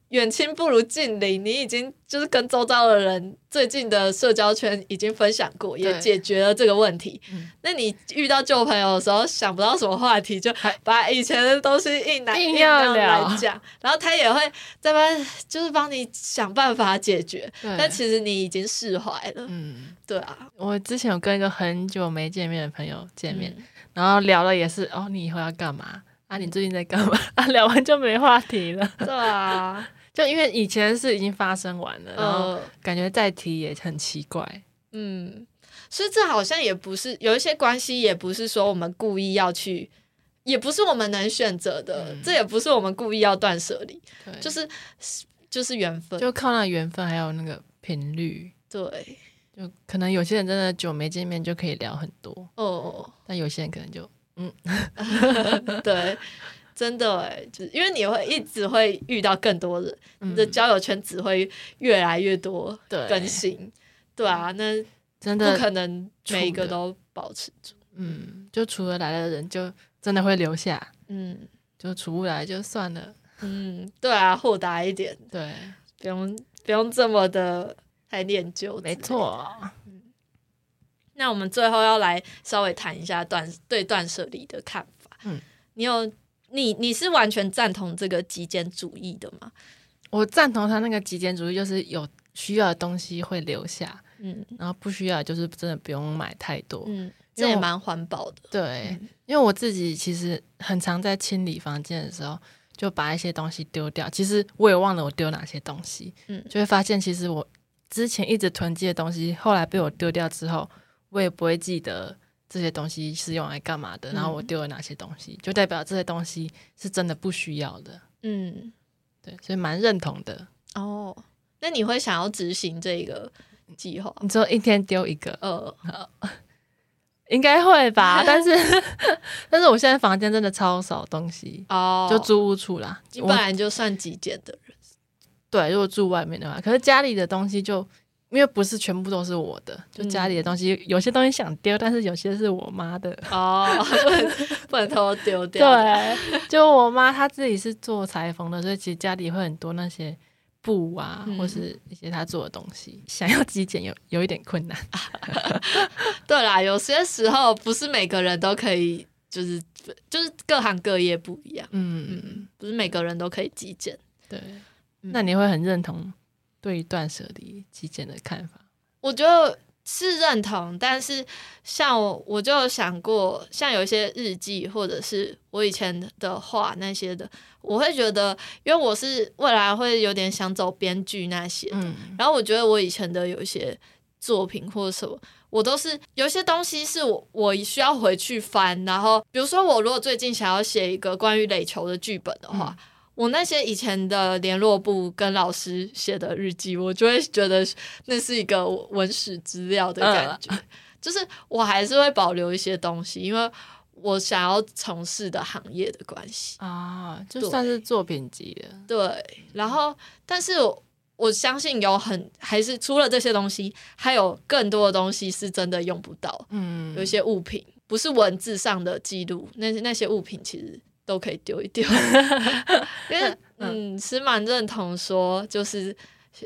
Speaker 1: 远亲不如近邻，你已经就是跟周遭的人最近的社交圈已经分享过，也
Speaker 2: 对
Speaker 1: 解决了这个问题。
Speaker 2: 嗯
Speaker 1: 那你遇到旧朋友的时候，想不到什么话题，就
Speaker 2: 还
Speaker 1: 把以前的东西硬拿
Speaker 2: 硬
Speaker 1: 硬
Speaker 2: 要
Speaker 1: 要来
Speaker 2: 聊
Speaker 1: 讲，然后他也会在帮就是帮你想办法解决，
Speaker 2: 对，
Speaker 1: 但其实你已经释怀了。
Speaker 2: 嗯，
Speaker 1: 对啊，
Speaker 2: 我之前有跟一个很久没见面的朋友见面，
Speaker 1: 嗯
Speaker 2: 然后聊了也是哦，你以后要干嘛？啊，你最近在干嘛？ 啊，聊完就没话题了，
Speaker 1: 对啊，
Speaker 2: 就因为以前的事已经发生完了， 然后
Speaker 1: 呃。
Speaker 2: 感觉再提也很奇怪。
Speaker 1: 嗯，所以这好像也不是有一些关系，也不是说我们故意要去，也不是我们能选择的，
Speaker 2: 嗯
Speaker 1: 这也不是我们故意要断舍离，
Speaker 2: 对，
Speaker 1: 就是就是缘分。
Speaker 2: 就靠那缘分，还有那个频率，
Speaker 1: 对，
Speaker 2: 就可能有些人真的久没见面就可以聊很多，
Speaker 1: 哦，
Speaker 2: 但有些人可能就
Speaker 1: 对，真的哎，就是因为你会一直会遇到更多人，你的
Speaker 2: 嗯
Speaker 1: 交友圈只会越来越多
Speaker 2: 对
Speaker 1: 更新。对啊，那
Speaker 2: 真
Speaker 1: 不
Speaker 2: 的
Speaker 1: 可能每一个都保持住。
Speaker 2: 嗯，就除了来的人就真的会留下，
Speaker 1: 嗯
Speaker 2: 就处不来就算了。
Speaker 1: 嗯，对啊，豁达一点，
Speaker 2: 对，
Speaker 1: 不用不用这么的太念旧。
Speaker 2: 没错，
Speaker 1: 那我们最后要来稍微谈一下断对断舍离的看法。
Speaker 2: 嗯，
Speaker 1: 你有你你是完全赞同这个极简主义的吗？
Speaker 2: 我赞同他那个极简主义，就是有需要的东西会留下，
Speaker 1: 嗯
Speaker 2: 然后不需要就是真的不用买太多。
Speaker 1: 嗯，
Speaker 2: 因为
Speaker 1: 这也
Speaker 2: 我
Speaker 1: 蛮环保的。
Speaker 2: 对，因为我自己其实很常在清理房间的时候，就把一些东西丢掉。其实我也忘了我丢哪些东西，
Speaker 1: 嗯
Speaker 2: 就会发现其实我之前一直囤积的东西，后来被我丢掉之后，我也不会记得这些东西是用来干嘛的，然后我
Speaker 1: 嗯
Speaker 2: 丢了哪些东西，就代表这些东西是真的不需要的。
Speaker 1: 嗯，
Speaker 2: 对，所以蛮认同的。
Speaker 1: 哦，那你会想要执行这个计划？
Speaker 2: 哦你说一天丢一个，
Speaker 1: 呃，
Speaker 2: 应该会 吧？但是，但是我现在房间真的超少东西，
Speaker 1: 哦，
Speaker 2: 就租屋处啦。
Speaker 1: 你
Speaker 2: 我
Speaker 1: 本来就算极简的人。
Speaker 2: 对，如果住外面的话，可是家里的东西就因为不是全部都是我的，就家里的东西、有些东西想丢，但是有些是我妈的。
Speaker 1: 哦， 不能不能偷偷丢掉。
Speaker 2: 对，就我妈她自己是做裁缝的，所以其实家里会很多那些布啊，
Speaker 1: 嗯
Speaker 2: 或是一些她做的东西，想要极简有有一点困难。
Speaker 1: 对啦，有些时候不是每个人都可以，就是就是各行各业不一样，
Speaker 2: 嗯，
Speaker 1: 不是每个人都可以极简。
Speaker 2: 对。
Speaker 1: 嗯
Speaker 2: 那你会很认同对断舍离极简的看法？
Speaker 1: 我觉得是认同，但是像我，我就有想过，像有一些日记或者是我以前的画那些的，我会觉得，因为我是未来会有点想走编剧那些，
Speaker 2: 嗯
Speaker 1: 然后我觉得我以前的有一些作品或者什么，我都是有一些东西是我我需要回去翻，然后比如说我如果最近想要写一个关于垒球的剧本的话。我那些以前的联络簿跟老师写的日记，我就会觉得那是一个文史资料的感觉，就是我还是会保留一些东西，因为我想要从事的行业的关系。
Speaker 2: 啊，就
Speaker 1: 对
Speaker 2: 算是作品集了。
Speaker 1: 对，然后但是我我相信有很还是除了这些东西，还有更多的东西是真的用不到，
Speaker 2: 嗯
Speaker 1: 有一些物品不是文字上的记录，那那些物品其实都可以丢一 丢。因为嗯，是蛮认同说，就是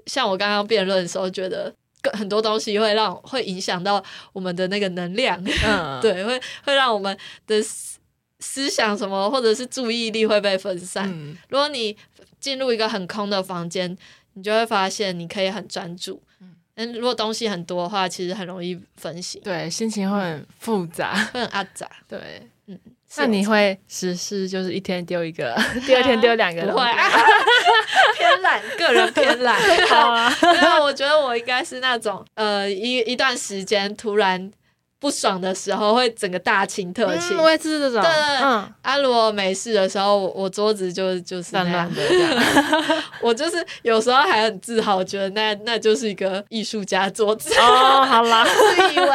Speaker 1: 像我刚刚辩论的时候，觉得更很多东西会让会影响到我们的那个能量。
Speaker 2: 嗯，
Speaker 1: 对，会会让我们的思思想什么，或者是注意力会被分散。
Speaker 2: 嗯
Speaker 1: 如果你进入一个很空的房间，你就会发现你可以很专注。
Speaker 2: 嗯
Speaker 1: 但如果东西很多的话，其实很容易分心，
Speaker 2: 对，心情会很复杂。
Speaker 1: 会很阿 杂。
Speaker 2: 对，
Speaker 1: 嗯，是
Speaker 2: 那
Speaker 1: 有
Speaker 2: 你会实施就是一天丢一个， 第二天丢两个？
Speaker 1: 啊不会、啊，偏懒，个人偏懒。
Speaker 2: 好啊，
Speaker 1: 没有，我觉得我应该是那种呃，一一段时间突然不爽的时候，会整个大清特清。
Speaker 2: 嗯我也是这种，
Speaker 1: 对对对
Speaker 2: 嗯，
Speaker 1: 啊，如果没事的时候，我我桌子就就是那
Speaker 2: 乱
Speaker 1: 样
Speaker 2: 乱的 这样。
Speaker 1: 我就是有时候还很自豪，觉得那那就是一个艺术家桌 子，
Speaker 2: 哦，好啦，
Speaker 1: 自以为，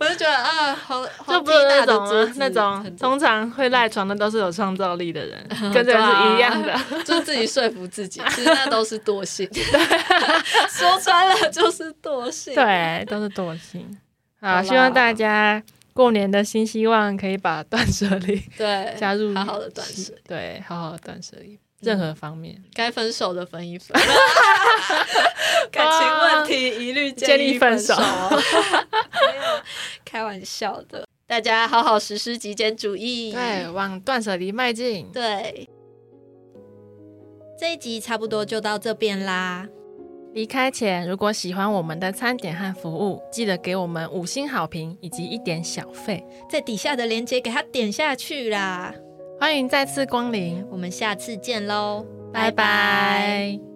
Speaker 1: 我就觉得啊， 好，
Speaker 2: 就不是那种
Speaker 1: 好
Speaker 2: 啊
Speaker 1: 缇娜
Speaker 2: 那
Speaker 1: 的桌子
Speaker 2: 种，通常会赖床的都是有创造力的 人，
Speaker 1: 嗯
Speaker 2: 跟这个是一样的。
Speaker 1: 很就是自己说服自 己，其实那都是惰 性，说穿了就是惰性。，
Speaker 2: 对，都是惰性。
Speaker 1: 啊好
Speaker 2: 好，
Speaker 1: 啦
Speaker 2: 希望大家过年的新希望可以把断舍 离
Speaker 1: 对，
Speaker 2: 加入，
Speaker 1: 好好地断舍，嗯
Speaker 2: 对，好好的断舍离，任何方面，
Speaker 1: 该分手的分一分， 感情问题一律建议分手。没有开玩笑的，大家好好实施极简主义。
Speaker 2: 对，往断舍离迈进。
Speaker 1: 对，这一集差不多就到这边啦。
Speaker 2: 离开前，如果喜欢我们的餐点和服务，记得给我们五星好评以及一点小费。
Speaker 1: 在底下的链接给它点下去啦。
Speaker 2: 欢迎再次光临，
Speaker 1: 我们下次见喽，
Speaker 2: 拜拜